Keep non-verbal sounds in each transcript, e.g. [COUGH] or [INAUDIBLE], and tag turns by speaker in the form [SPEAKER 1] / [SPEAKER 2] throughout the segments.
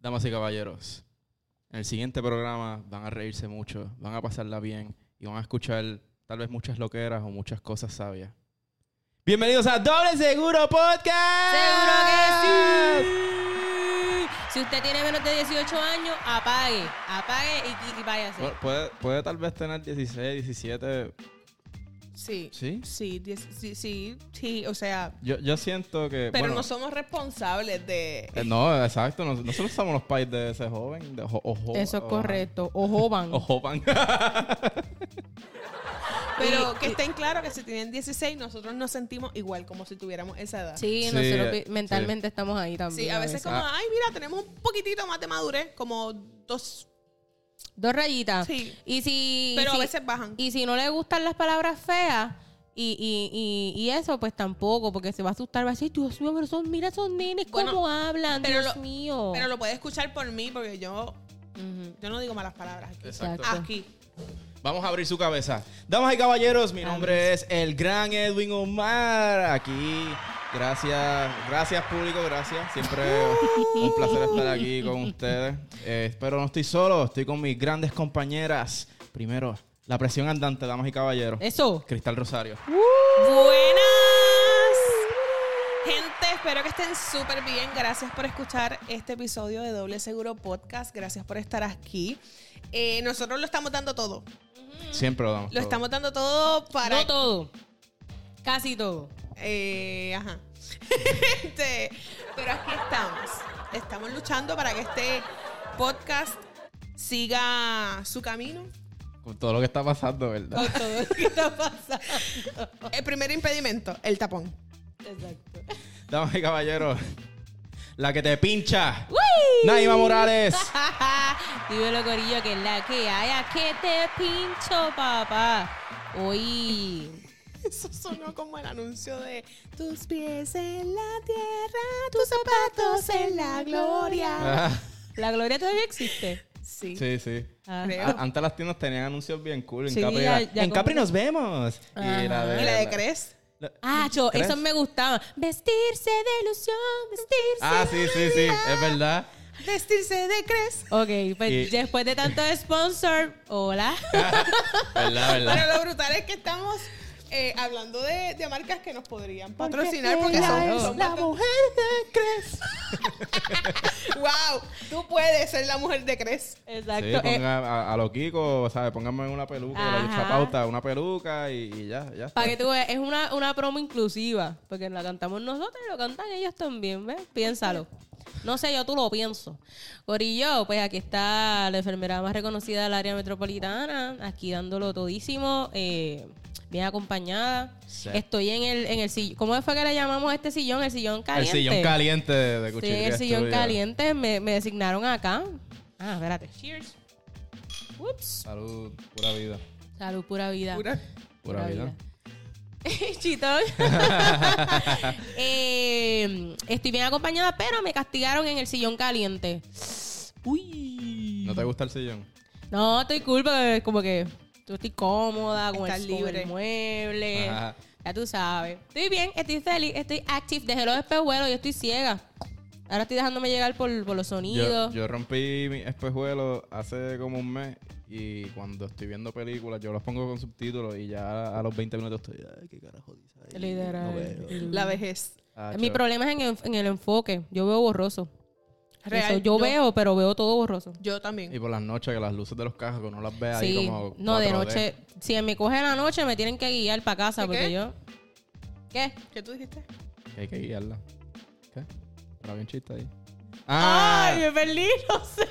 [SPEAKER 1] Damas y caballeros, en el siguiente programa van a reírse mucho, van a pasarla bien y van a escuchar tal vez muchas loqueras o muchas cosas sabias. Bienvenidos a Doble Seguro Podcast.
[SPEAKER 2] Seguro que sí. Si usted tiene menos de 18 años, apague, apague y, y- y váyase.
[SPEAKER 1] Pu- Puede, puede tal vez tener 16, 17.
[SPEAKER 2] Sí.
[SPEAKER 1] ¿Sí?
[SPEAKER 2] Sí, diez- sí, sí, sí, o sea,
[SPEAKER 1] Yo, yo siento que.
[SPEAKER 2] pero
[SPEAKER 1] bueno,
[SPEAKER 2] no somos responsables de...
[SPEAKER 1] eh, no, exacto. nos- Nosotros somos los pais de ese joven. de jo- o jo-
[SPEAKER 3] Eso es
[SPEAKER 1] o-
[SPEAKER 3] correcto. O joven.
[SPEAKER 1] [LAUGHS] O joven.
[SPEAKER 4] Pero
[SPEAKER 2] Y-
[SPEAKER 4] que
[SPEAKER 2] y-
[SPEAKER 4] estén claros que si tienen 16, nosotros nos sentimos igual como si tuviéramos esa edad. Sí,
[SPEAKER 3] Sí,
[SPEAKER 1] Sí,
[SPEAKER 3] nosotros
[SPEAKER 1] eh,
[SPEAKER 3] pi- mentalmente estamos ahí también.
[SPEAKER 4] a veces como, ay, mira, tenemos un poquitito más de madurez, como dos.
[SPEAKER 3] Dos rayitas.
[SPEAKER 4] Sí.
[SPEAKER 3] Y si,
[SPEAKER 4] Pero
[SPEAKER 3] si-
[SPEAKER 4] a veces bajan.
[SPEAKER 3] Y si no le gustan las palabras feas y, y, y, y eso, pues tampoco, porque se va a asustar. Va a decir, Dios mío, pero son, mira esos nenes,
[SPEAKER 4] Bueno,
[SPEAKER 3] cómo hablan,
[SPEAKER 4] pero
[SPEAKER 3] Dios
[SPEAKER 4] lo-
[SPEAKER 3] mío.
[SPEAKER 4] Pero lo puedes escuchar por mí porque yo,
[SPEAKER 3] Ujú.
[SPEAKER 4] yo no digo malas palabras aquí.
[SPEAKER 1] Exacto.
[SPEAKER 4] Aquí.
[SPEAKER 1] Vamos a abrir su cabeza. Damas y caballeros, mi nombre es el gran Edwin Omar. Aquí, gracias, gracias público, gracias. Siempre un placer estar aquí con ustedes. Eh, pero no estoy solo, estoy con mis grandes compañeras. Primero, la presión andante, damas y caballeros.
[SPEAKER 3] Eso.
[SPEAKER 1] Cristal Rosario.
[SPEAKER 4] Buenas. Gente, espero que estén súper bien. Gracias por escuchar este episodio de Doble Seguro Podcast. Gracias por estar aquí. Eh, nosotros lo estamos dando todo.
[SPEAKER 1] Siempre Mm. lo damos.
[SPEAKER 4] Lo
[SPEAKER 1] todo.
[SPEAKER 4] estamos dando todo para
[SPEAKER 3] No todo. Casi todo. [LAUGHS]
[SPEAKER 4] Eh, ajá. [LAUGHS] Este, pero aquí estamos. Estamos luchando para que este podcast siga su camino.
[SPEAKER 1] Con todo lo que está pasando, ¿verdad?
[SPEAKER 3] Todo lo que está pasando.
[SPEAKER 4] El primer impedimento, el tapón.
[SPEAKER 3] Exacto.
[SPEAKER 1] Damas y caballeros, la que te pincha. Naima Morales.
[SPEAKER 3] [LAUGHS] Dímelo, Corillo, que es la que hay. ¿A qué te pincho, papá? Hoy.
[SPEAKER 4] Eso sonó como el anuncio de tus pies en la tierra, tus zapatos en la gloria.
[SPEAKER 1] Ah,
[SPEAKER 3] ¿La gloria todavía existe?
[SPEAKER 4] Sí.
[SPEAKER 1] sí, sí.
[SPEAKER 3] Ah.
[SPEAKER 4] Creo.
[SPEAKER 1] A- Antes las tiendas tenían anuncios bien cool. En
[SPEAKER 3] Sí,
[SPEAKER 1] Capri,
[SPEAKER 3] ya-
[SPEAKER 1] era,
[SPEAKER 3] ya
[SPEAKER 1] en Capri
[SPEAKER 3] como-
[SPEAKER 1] nos vemos.
[SPEAKER 3] Ajá.
[SPEAKER 1] Y la de.
[SPEAKER 4] Y la de Cres.
[SPEAKER 1] la-
[SPEAKER 3] Ah, cho,
[SPEAKER 1] ¿Crees?
[SPEAKER 3] eso me gustaba. Vestirse de ilusión, vestirse.
[SPEAKER 1] Ah,
[SPEAKER 3] de
[SPEAKER 1] sí, sí, sí. Es verdad.
[SPEAKER 4] Vestirse de Cres.
[SPEAKER 3] Ok, pues
[SPEAKER 1] Y-
[SPEAKER 3] después de tanto sponsor, hola.
[SPEAKER 1] Verdad, verdad.
[SPEAKER 4] Pero lo brutal es que estamos eh, hablando de, de marcas que nos podrían patrocinar
[SPEAKER 3] Porque
[SPEAKER 4] porque,
[SPEAKER 3] ella
[SPEAKER 4] son,
[SPEAKER 3] es
[SPEAKER 4] son
[SPEAKER 3] la
[SPEAKER 4] bastante- ¡Wow! Tú puedes ser la mujer de Cres.
[SPEAKER 3] Exacto.
[SPEAKER 1] Sí,
[SPEAKER 3] eh,
[SPEAKER 1] pongan a, a lo Kiko, ¿sabes? Pónganme una peluca, la
[SPEAKER 3] Ajá.
[SPEAKER 1] lucha pauta, una peluca y, y ya, ya. está.
[SPEAKER 3] para que tú veas, es una, una promo inclusiva, porque la cantamos nosotros y lo cantan ellos también, ¿ves? Piénsalo. No sé, yo tú lo pienso. Corillo, pues aquí está la enfermera más reconocida del área metropolitana, aquí dándolo todísimo, eh, bien acompañada.
[SPEAKER 1] Sí.
[SPEAKER 3] Estoy en el, en el sillón, ¿cómo fue que le llamamos a este sillón? El sillón
[SPEAKER 1] El
[SPEAKER 3] caliente.
[SPEAKER 1] sillón caliente de, de
[SPEAKER 3] Sí,
[SPEAKER 1] Cuchillería
[SPEAKER 3] el sillón
[SPEAKER 1] Studio.
[SPEAKER 3] caliente me, me designaron acá. Ah, espérate. Cheers. Ups.
[SPEAKER 1] Salud, pura vida.
[SPEAKER 3] Salud, pura vida.
[SPEAKER 4] Pura-
[SPEAKER 1] Pura vida.
[SPEAKER 3] [LAUGHS] Chitón.
[SPEAKER 1] [LAUGHS]
[SPEAKER 3] Eh, estoy bien acompañada, pero me castigaron en el sillón caliente. Uy.
[SPEAKER 1] ¿No te gusta el sillón?
[SPEAKER 3] No, estoy cool porque como que yo estoy cómoda con,
[SPEAKER 4] Estás
[SPEAKER 3] el, con
[SPEAKER 4] libre.
[SPEAKER 3] el mueble.
[SPEAKER 1] Ajá.
[SPEAKER 3] Ya tú sabes. Estoy bien, estoy feliz, estoy active. Dejé los espejuelos, yo estoy ciega. Ahora estoy dejándome llegar por, por los
[SPEAKER 1] Yo,
[SPEAKER 3] sonidos.
[SPEAKER 1] yo rompí mi espejuelo hace como un mes y cuando estoy viendo películas yo los pongo con subtítulos y ya a los 20 minutos estoy, ay, qué carajo dice ahí.
[SPEAKER 3] Literal.
[SPEAKER 1] No veo".
[SPEAKER 4] La vejez.
[SPEAKER 1] Ah,
[SPEAKER 3] Mi
[SPEAKER 1] chao.
[SPEAKER 3] problema es en el, en el enfoque. Yo veo borroso.
[SPEAKER 4] Real,
[SPEAKER 3] Eso, yo,
[SPEAKER 4] yo-
[SPEAKER 3] veo, pero veo todo borroso.
[SPEAKER 4] Yo también.
[SPEAKER 1] Y por las noches que las luces de los cajos que uno las ve ahí
[SPEAKER 3] Sí,
[SPEAKER 1] como
[SPEAKER 3] no, de
[SPEAKER 1] 4D.
[SPEAKER 3] noche. Si me coge la noche, me tienen que guiar para casa
[SPEAKER 4] ¿Qué,
[SPEAKER 3] porque
[SPEAKER 4] qué?
[SPEAKER 3] yo. ¿Qué?
[SPEAKER 4] ¿Qué tú dijiste?
[SPEAKER 1] Que Hay que guiarla. ¿Qué? Pero bien chiste ahí. Ah.
[SPEAKER 3] Ay, me perdí, [LAUGHS] no sé.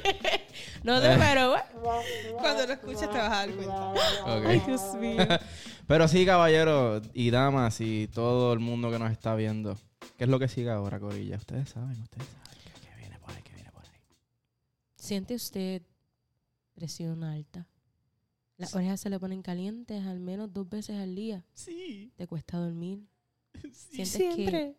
[SPEAKER 3] No
[SPEAKER 1] [LAUGHS]
[SPEAKER 3] sé, pero. bueno.
[SPEAKER 4] Cuando lo escuches te vas a dar cuenta.
[SPEAKER 1] Ah, Ok.
[SPEAKER 3] Ay, Dios mío.
[SPEAKER 1] [LAUGHS] Pero sí, caballeros y damas y todo el mundo que nos está viendo. ¿Qué es lo que sigue ahora, Corilla? Ustedes saben, ustedes saben. ¿Qué, qué viene por ahí? ¿Qué viene por ahí?
[SPEAKER 3] ¿Siente usted presión alta? Las orejas se le ponen calientes al menos dos veces al día.
[SPEAKER 1] Sí.
[SPEAKER 3] ¿Te cuesta dormir? ¿Sientes que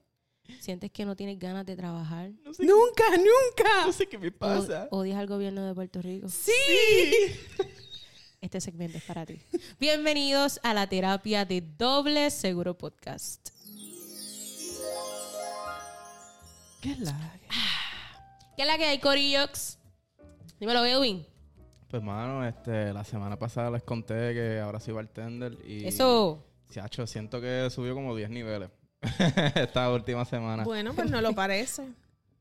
[SPEAKER 3] sientes que no tienes ganas de trabajar?
[SPEAKER 1] No sé,
[SPEAKER 4] Nunca, nunca.
[SPEAKER 1] sé qué me
[SPEAKER 3] O- ¿Odias al gobierno de Puerto Rico?
[SPEAKER 4] Sí.
[SPEAKER 3] Este segmento es para ti. Bienvenidos a la terapia de Doble Seguro Podcast.
[SPEAKER 1] ¿Qué es la?
[SPEAKER 3] ¿Qué es la que hay, Corillox? Dímelo, Edwin.
[SPEAKER 1] Pues, mano, este, la semana pasada les conté que ahora soy bartender y...
[SPEAKER 3] Eso.
[SPEAKER 1] Chacho, siento que subió como 10 niveles [LAUGHS] esta última semana.
[SPEAKER 4] Bueno, pues no lo parece.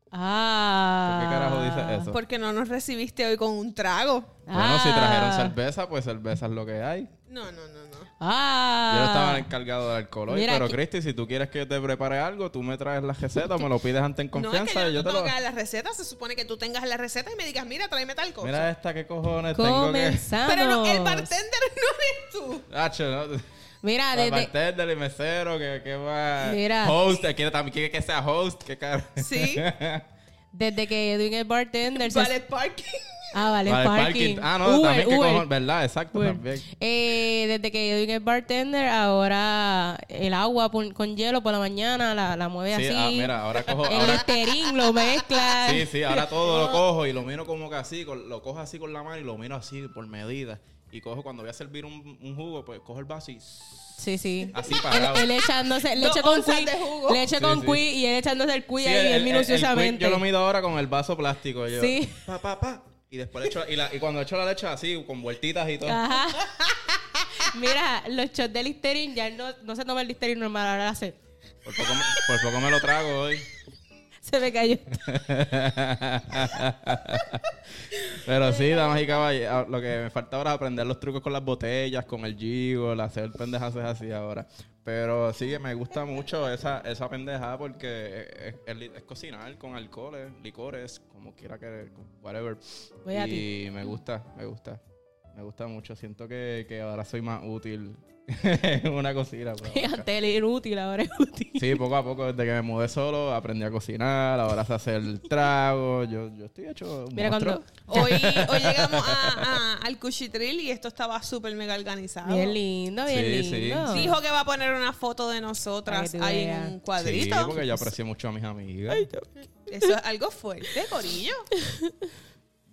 [SPEAKER 3] Ah.
[SPEAKER 1] ¿Por qué carajo dices [LAUGHS] eso?
[SPEAKER 4] Porque no nos recibiste hoy con un trago.
[SPEAKER 1] Bueno, si
[SPEAKER 3] Ah.
[SPEAKER 1] trajeron cerveza, pues cerveza es lo que hay.
[SPEAKER 4] No, no, no, no.
[SPEAKER 3] Ah.
[SPEAKER 1] Yo no estaba encargado del alcohol hoy,
[SPEAKER 3] Mira
[SPEAKER 1] pero
[SPEAKER 3] aquí-
[SPEAKER 1] Cristi, si tú quieres que te prepare algo, tú me traes la receta, me lo pides antes en confianza
[SPEAKER 4] no,
[SPEAKER 1] y
[SPEAKER 4] es que yo,
[SPEAKER 1] yo
[SPEAKER 4] no
[SPEAKER 1] te
[SPEAKER 4] tengo
[SPEAKER 1] lo...
[SPEAKER 4] que dar la receta. Se supone que tú tengas la receta y me digas, mira, tráeme tal cosa.
[SPEAKER 1] Mira esta, qué cojones tengo que...
[SPEAKER 3] Comenzamos.
[SPEAKER 4] Pero no, el bartender [LAUGHS] no eres tú.
[SPEAKER 1] Hacho, ¿no?
[SPEAKER 4] Ah,
[SPEAKER 3] Mira,
[SPEAKER 1] El
[SPEAKER 3] desde.
[SPEAKER 1] bartender, el mesero, que, que va...
[SPEAKER 3] Mira.
[SPEAKER 1] Host, eh, quiere, también quiere que sea host, qué caro. [LAUGHS]
[SPEAKER 4] Sí.
[SPEAKER 3] Desde que Edwin es bartender. se-
[SPEAKER 4] Ballet parking.
[SPEAKER 3] Ah, vale,
[SPEAKER 1] Vale,
[SPEAKER 3] parking.
[SPEAKER 1] Ah, no,
[SPEAKER 3] Uber,
[SPEAKER 1] también qué
[SPEAKER 3] Uber,
[SPEAKER 1] cojones, ¿verdad? Exacto,
[SPEAKER 3] Uber.
[SPEAKER 1] también.
[SPEAKER 3] Eh, desde que Edwin es bartender, ahora el agua pon- con hielo por la mañana la, la mueve
[SPEAKER 1] Sí,
[SPEAKER 3] así.
[SPEAKER 1] ah, mira, ahora cojo...
[SPEAKER 3] el
[SPEAKER 1] ahora-
[SPEAKER 3] esterín lo mezcla.
[SPEAKER 1] Sí, sí, ahora todo lo cojo y lo miro como que así, con- lo cojo así con la mano y lo miro así por medida. Y cojo cuando voy a servir un, un jugo, pues cojo el vaso y
[SPEAKER 3] Sí, sí.
[SPEAKER 1] así
[SPEAKER 3] Él,
[SPEAKER 1] parado.
[SPEAKER 3] él echándose
[SPEAKER 4] Dos
[SPEAKER 3] leche con
[SPEAKER 4] onzas
[SPEAKER 3] cuy,
[SPEAKER 4] de jugo.
[SPEAKER 3] leche
[SPEAKER 1] Sí,
[SPEAKER 3] con
[SPEAKER 1] sí.
[SPEAKER 3] cuy y él echándose el cuy
[SPEAKER 1] Sí,
[SPEAKER 3] ahí
[SPEAKER 1] el- el-
[SPEAKER 3] bien
[SPEAKER 1] el- el quick
[SPEAKER 3] minuciosamente.
[SPEAKER 1] yo lo mido ahora con el vaso plástico. Yo,
[SPEAKER 3] Sí.
[SPEAKER 1] Pa, pa, pa. Y después le echo, y, la- y cuando echo la leche así, con vueltitas y todo.
[SPEAKER 4] [LAUGHS]
[SPEAKER 3] Ajá. Mira, los shots de Listerine ya no, no se toma el Listerine normal, ahora hace.
[SPEAKER 1] Por poco, me, por poco me lo trago hoy.
[SPEAKER 3] Se me cayó.
[SPEAKER 1] Pero sí, damas y caballeros, lo que me falta ahora es aprender los trucos con las botellas, con el gigo, el hacer pendejas así ahora. Pero sí, me gusta mucho esa, esa pendejada porque eh, es, es- es cocinar con alcoholes, licores, como quiera que, whatever.
[SPEAKER 3] Voy a
[SPEAKER 1] y me gusta, me gusta. Me gusta mucho. Siento que, que ahora soy más útil [LAUGHS] en una cocina. pero-
[SPEAKER 3] este Antes era inútil, ahora es útil.
[SPEAKER 1] Sí, poco a poco, desde que me mudé solo, aprendí a cocinar, ahora sé hacer el trago. Yo, yo estoy hecho un
[SPEAKER 3] Mira,
[SPEAKER 1] monstruo.
[SPEAKER 3] cuando.
[SPEAKER 4] Hoy, hoy llegamos a- a- al cuchitril y esto estaba súper mega organizado.
[SPEAKER 3] Bien lindo, bien
[SPEAKER 1] Sí, sí.
[SPEAKER 3] lindo.
[SPEAKER 4] Dijo que va a poner una foto de nosotras
[SPEAKER 3] Para que tú
[SPEAKER 4] ahí en
[SPEAKER 3] veas.
[SPEAKER 4] un
[SPEAKER 1] Sí,
[SPEAKER 4] cuadrito.
[SPEAKER 1] porque yo aprecio mucho a mis amigas.
[SPEAKER 4] Eso es algo fuerte,
[SPEAKER 1] [LAUGHS]
[SPEAKER 4] Corillo.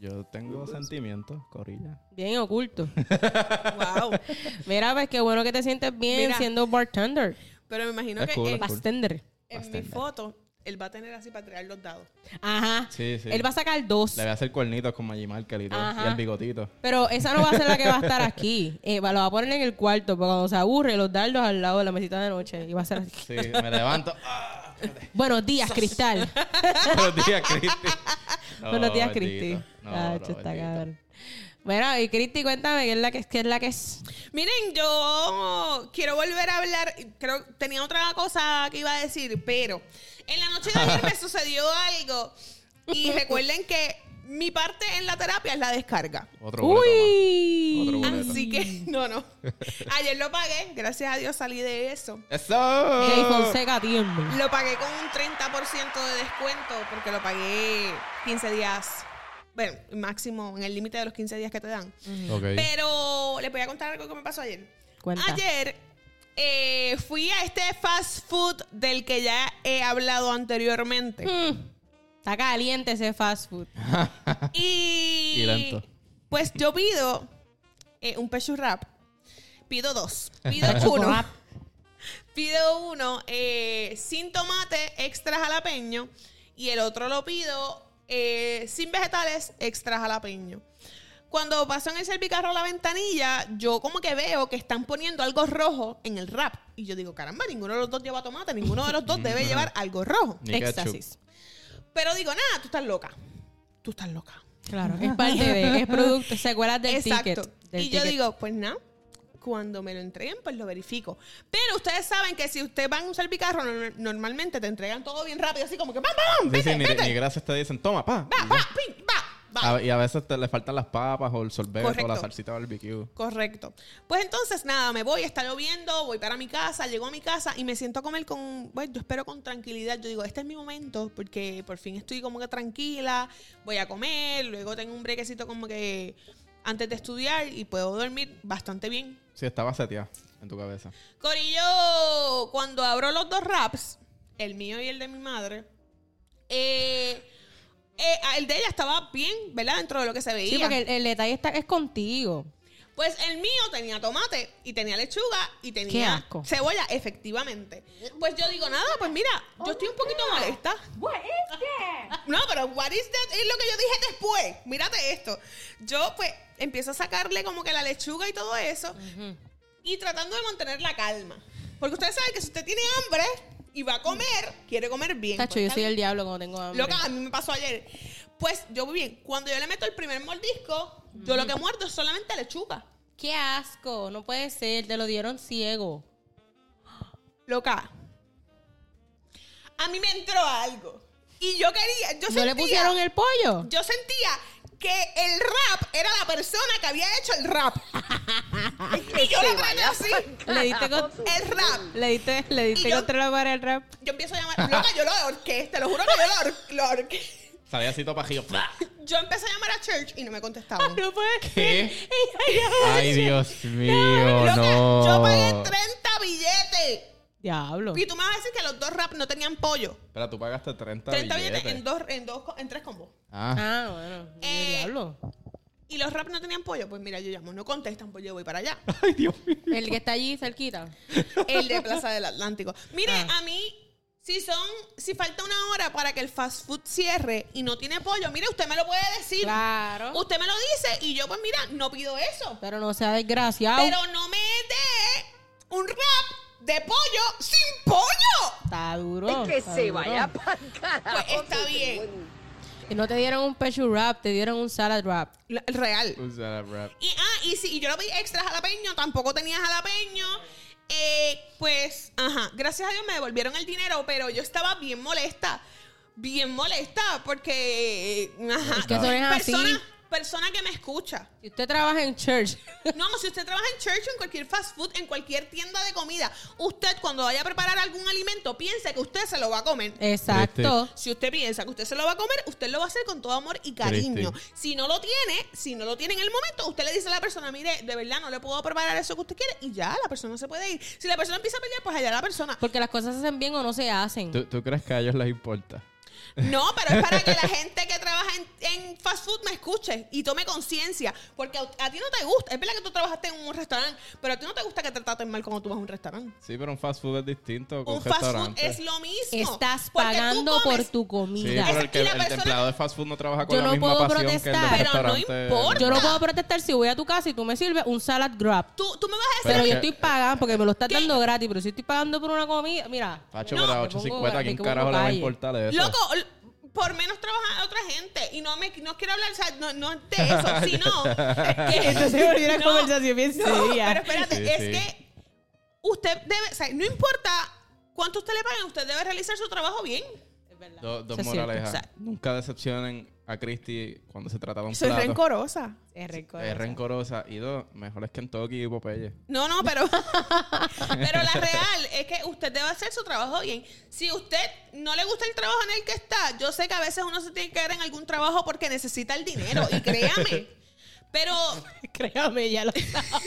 [SPEAKER 1] Yo tengo sentimientos, Corilla. [LAUGHS]
[SPEAKER 3] Bien oculto.
[SPEAKER 4] Wow.
[SPEAKER 3] Mira, pues qué bueno que te sientes bien
[SPEAKER 4] Mira.
[SPEAKER 3] siendo bartender.
[SPEAKER 4] Pero me imagino
[SPEAKER 1] Es
[SPEAKER 4] que
[SPEAKER 1] cool,
[SPEAKER 4] en,
[SPEAKER 1] es cool.
[SPEAKER 3] Bartender.
[SPEAKER 4] en mi foto él va a tener así para tirar los dados.
[SPEAKER 3] Ajá.
[SPEAKER 1] Sí, sí.
[SPEAKER 3] Él va a sacar dos.
[SPEAKER 1] Le voy a hacer cuernitos con Maggie Markel y todo.
[SPEAKER 3] Ajá.
[SPEAKER 1] Y el bigotito.
[SPEAKER 3] Pero esa no va a ser la que va a estar aquí. Eh, va- lo va a poner en el cuarto, porque cuando se aburre, los dardos al lado de la mesita de noche. Y va a ser así. [LAUGHS]
[SPEAKER 1] Sí, me levanto. ¡Ah! [LAUGHS]
[SPEAKER 3] Buenos días, Cristal.
[SPEAKER 1] Buenos días, Cristi. No,
[SPEAKER 3] [LAUGHS] Buenos días, Cristi.
[SPEAKER 1] bendito. No,
[SPEAKER 3] Ah,
[SPEAKER 1] no,
[SPEAKER 3] chuta,
[SPEAKER 1] bendito.
[SPEAKER 3] cabrón. Bueno, y Cristi, cuéntame, ¿qué es la que, qué es, la que es?
[SPEAKER 4] Miren, yo quiero volver a hablar. Creo tenía otra cosa que iba a decir, pero en la noche de ayer me sucedió algo. Y recuerden que mi parte en la terapia es la descarga.
[SPEAKER 1] Otro boleto más. Otro
[SPEAKER 3] ¡Uy!
[SPEAKER 1] boleto.
[SPEAKER 4] Así [LAUGHS] que,
[SPEAKER 3] Mm.
[SPEAKER 4] no, no. Ayer lo pagué, gracias a Dios salí de eso.
[SPEAKER 3] Jay
[SPEAKER 1] ¡Eso!
[SPEAKER 3] Fonseca tiembla.
[SPEAKER 4] Lo pagué con un 30% de descuento porque lo pagué 15 días. Bueno, máximo en el límite de los 15 días que te dan.
[SPEAKER 1] Ok.
[SPEAKER 4] Pero les voy a contar algo que me pasó ayer.
[SPEAKER 3] Cuenta.
[SPEAKER 4] Ayer eh, fui a este fast food del que ya he hablado anteriormente.
[SPEAKER 3] Está caliente ese fast food.
[SPEAKER 4] Y,
[SPEAKER 1] Y lento.
[SPEAKER 4] pues yo pido eh, un pecho wrap. Pido dos. Pido
[SPEAKER 3] Pecho
[SPEAKER 4] uno.
[SPEAKER 3] wrap.
[SPEAKER 4] Pido uno eh, sin tomate, extra jalapeño. Y el otro lo pido eh, sin vegetales, extra jalapeño. Cuando paso en el servicarro la ventanilla, yo como que veo que están poniendo algo rojo en el wrap. Y yo digo, caramba, ninguno de los dos lleva tomate, ninguno de los
[SPEAKER 1] [LAUGHS]
[SPEAKER 4] dos debe llevar algo rojo.
[SPEAKER 1] Ni ketchup.
[SPEAKER 3] Éxtasis.
[SPEAKER 4] Pero digo, nada, tú estás loca. Tú estás loca.
[SPEAKER 3] Claro, es parte de, es producto, secuelas del
[SPEAKER 4] Exacto.
[SPEAKER 3] ticket. del
[SPEAKER 4] y yo
[SPEAKER 3] ticket.
[SPEAKER 4] digo, pues nada, cuando me lo entreguen, pues lo verifico. Pero ustedes saben que si usted van a un servicarro, no- normalmente te entregan todo bien rápido, así como que ¡pam, pam, pam!
[SPEAKER 1] Sí, sí,
[SPEAKER 4] vete,
[SPEAKER 1] ni,
[SPEAKER 4] vete,
[SPEAKER 1] ni gracias te dicen, toma, pa.
[SPEAKER 4] va, va, pin, va, va.
[SPEAKER 1] A- y a veces te, le faltan las papas o el sorbete o la
[SPEAKER 4] Correcto.
[SPEAKER 1] salsita barbecue.
[SPEAKER 4] Correcto. Pues entonces, nada, me voy, está lloviendo, voy para mi casa, llego a mi casa y me siento a comer con, bueno, yo espero con tranquilidad. Yo digo, este es mi momento porque por fin estoy como que tranquila, voy a comer, luego tengo un brequecito como que antes de estudiar y puedo dormir bastante bien.
[SPEAKER 1] Sí, estaba seteada en tu cabeza.
[SPEAKER 4] Corillo, cuando abro los dos raps, el mío y el de mi madre, eh, eh, el de ella estaba bien, ¿verdad? Dentro de lo que se veía.
[SPEAKER 3] Sí, porque el, el detalle está, es contigo.
[SPEAKER 4] Pues el mío tenía tomate y tenía lechuga y tenía
[SPEAKER 3] Qué asco.
[SPEAKER 4] cebolla, efectivamente. Pues yo digo, nada, pues mira, yo estoy un poquito molesta. No, pero what is that? Es lo que yo dije después. Mírate esto. Yo, pues, empiezo a sacarle como que la lechuga y todo eso. Y tratando de mantener la calma. Porque ustedes saben que si usted tiene hambre y va a comer, quiere comer bien.
[SPEAKER 3] Tacho,
[SPEAKER 4] Pues,
[SPEAKER 3] yo
[SPEAKER 4] está
[SPEAKER 3] soy
[SPEAKER 4] bien.
[SPEAKER 3] el diablo cuando tengo hambre.
[SPEAKER 4] Loca, a mí me pasó ayer. Pues yo muy bien. Cuando yo le meto el primer mordisco, yo lo que muerdo es solamente lechuga.
[SPEAKER 3] Qué asco, no puede ser, te lo dieron ciego.
[SPEAKER 4] Loca. A mí me entró algo. Y yo quería, yo
[SPEAKER 3] ¿No
[SPEAKER 4] sentía,
[SPEAKER 3] le pusieron el pollo?
[SPEAKER 4] yo sentía que el rap era la persona que había hecho el rap. [LAUGHS] y yo lo traté así.
[SPEAKER 3] Le diste con-
[SPEAKER 4] El rap.
[SPEAKER 3] le diste, le diste
[SPEAKER 4] Ah, Y yo-
[SPEAKER 3] contra la pared el rap.
[SPEAKER 4] Yo empiezo a llamar, loca, yo lo ahorqué, te lo juro que yo lo, ahor- lo ahorqué.
[SPEAKER 1] Salía así todo
[SPEAKER 3] [LAUGHS]
[SPEAKER 1] pajillo.
[SPEAKER 4] Yo empecé a llamar a Church y Ah, no me contestaban.
[SPEAKER 3] No puede
[SPEAKER 1] ¿Qué? Ay, Dios
[SPEAKER 4] Loca,
[SPEAKER 1] mío, no.
[SPEAKER 4] yo pagué 30 billetes.
[SPEAKER 3] Diablo.
[SPEAKER 4] Y tú me vas a decir que los dos rap no tenían pollo.
[SPEAKER 1] Espera, tú pagaste 30,
[SPEAKER 4] 30 billetes,
[SPEAKER 1] billetes.
[SPEAKER 4] en, dos, en, dos, co- en tres combos.
[SPEAKER 1] Ah,
[SPEAKER 3] Ah, bueno.
[SPEAKER 4] Eh,
[SPEAKER 3] Diablo.
[SPEAKER 4] Y los rap no tenían pollo. Pues mira, yo llamo, no contestan, pues yo voy para allá.
[SPEAKER 1] [LAUGHS]
[SPEAKER 4] [LAUGHS]
[SPEAKER 1] ay, Dios mío.
[SPEAKER 3] El que está allí cerquita.
[SPEAKER 4] El de Plaza del Atlántico. Mire,
[SPEAKER 3] Ah.
[SPEAKER 4] a mí, si son, si falta una hora para que el fast food cierre y no tiene pollo, mire, usted me lo puede decir.
[SPEAKER 3] Claro.
[SPEAKER 4] Usted me lo dice y yo, pues mira, no pido eso.
[SPEAKER 3] Pero no sea desgraciado.
[SPEAKER 4] Pero no me dé un rap de pollo sin pollo.
[SPEAKER 3] Está duro.
[SPEAKER 5] que
[SPEAKER 3] está
[SPEAKER 5] se
[SPEAKER 3] duro.
[SPEAKER 5] vaya para carajo.
[SPEAKER 4] Pues está
[SPEAKER 5] que
[SPEAKER 4] bien.
[SPEAKER 5] buen
[SPEAKER 3] Y no te dieron un pecho wrap, te dieron un salad wrap.
[SPEAKER 4] La- Real.
[SPEAKER 1] Un salad wrap.
[SPEAKER 4] Y, ah, y si y yo lo pedí extra jalapeño, tampoco tenía jalapeño. Eh, pues, ajá, gracias a Dios me devolvieron el dinero, pero yo estaba bien molesta. Bien molesta, porque. eh, Ajá.
[SPEAKER 3] Es que eso no es así.
[SPEAKER 4] persona, persona que me escucha.
[SPEAKER 3] Si usted trabaja en church, [LAUGHS]
[SPEAKER 4] No, si usted trabaja en church, en cualquier fast food, en cualquier tienda de comida, usted cuando vaya a preparar algún alimento, piense que usted se lo va a comer.
[SPEAKER 3] exacto.
[SPEAKER 1] Este.
[SPEAKER 4] Si usted piensa que usted se lo va a comer, usted lo va a hacer con todo amor y cariño.
[SPEAKER 1] Triste.
[SPEAKER 4] Si no lo tiene, si no lo tiene en el momento, usted le dice a la persona, mire, de verdad no le puedo preparar eso que usted quiere y ya la persona se puede ir. Si la persona empieza a pelear, pues allá la persona.
[SPEAKER 3] Porque las cosas se hacen bien o no se hacen.
[SPEAKER 1] ¿Tú, tú crees que a ellos les importa?
[SPEAKER 4] No, pero es para que la gente que trabaja en, en fast food me escuche y tome conciencia. Porque a, a ti no te gusta. Es verdad que tú trabajaste en un restaurante, pero a ti no te gusta que te traten mal cuando tú vas a un restaurante.
[SPEAKER 1] Sí, pero un fast food es distinto. Con
[SPEAKER 4] Un fast food
[SPEAKER 1] restaurante.
[SPEAKER 4] es lo mismo.
[SPEAKER 3] Estás
[SPEAKER 4] Porque tú
[SPEAKER 3] pagando por
[SPEAKER 4] comes-
[SPEAKER 3] tu
[SPEAKER 1] Sí,
[SPEAKER 3] comida.
[SPEAKER 1] pero el,
[SPEAKER 4] Esa-
[SPEAKER 1] que,
[SPEAKER 4] y la
[SPEAKER 1] el
[SPEAKER 4] persona-
[SPEAKER 1] empleado de fast food no trabaja con
[SPEAKER 3] Yo
[SPEAKER 1] la
[SPEAKER 3] no
[SPEAKER 1] misma
[SPEAKER 3] puedo
[SPEAKER 1] pasión que el
[SPEAKER 3] protestar.
[SPEAKER 1] del
[SPEAKER 4] Pero no
[SPEAKER 1] restaurante.
[SPEAKER 4] importa.
[SPEAKER 3] Yo no puedo protestar si voy a tu casa y tú me sirves un salad wrap.
[SPEAKER 4] Tú, tú me vas a decir.
[SPEAKER 3] Pero
[SPEAKER 1] Pero
[SPEAKER 3] yo
[SPEAKER 1] que-
[SPEAKER 3] estoy pagando porque me lo estás
[SPEAKER 4] ¿Qué?
[SPEAKER 3] dando gratis, pero si estoy pagando por una comida, mira.
[SPEAKER 1] Pacho,
[SPEAKER 3] no,
[SPEAKER 1] pero a
[SPEAKER 3] me
[SPEAKER 1] 8.50,
[SPEAKER 3] pongo-
[SPEAKER 1] ¿quién
[SPEAKER 3] me pongo
[SPEAKER 1] carajo le va a
[SPEAKER 3] calle.
[SPEAKER 1] importar eso?
[SPEAKER 4] Loco, l- por menos trabajar a otra gente. Y no me no quiero hablar, o sea, no, no de
[SPEAKER 1] [LAUGHS]
[SPEAKER 4] eso, sino. que-
[SPEAKER 3] Entonces volvió una [LAUGHS]
[SPEAKER 4] [LAUGHS] No,
[SPEAKER 3] conversación bien
[SPEAKER 4] no,
[SPEAKER 3] seria.
[SPEAKER 4] Pero espérate,
[SPEAKER 1] Sí,
[SPEAKER 4] es
[SPEAKER 1] sí.
[SPEAKER 4] que usted debe, o sea, no importa cuánto usted le paguen, usted debe realizar su trabajo bien.
[SPEAKER 1] Do- dos
[SPEAKER 3] Eso es cierto.
[SPEAKER 1] moralejas.
[SPEAKER 3] O sea-
[SPEAKER 1] Nunca decepcionen a Christy cuando se trata de un
[SPEAKER 4] Soy
[SPEAKER 1] plato.
[SPEAKER 4] rencorosa.
[SPEAKER 3] Es rico.
[SPEAKER 1] Es rencorosa. Y dos, mejor es Kentucky y Popeye.
[SPEAKER 4] No, no, pero. [LAUGHS] pero la real es que usted debe hacer su trabajo bien. Si usted no le gusta el trabajo en el que está, yo sé que a veces uno se tiene que quedar en algún trabajo porque necesita el dinero. Y créame.
[SPEAKER 3] [LAUGHS]
[SPEAKER 4] Pero
[SPEAKER 3] Créame, ya lo sabes.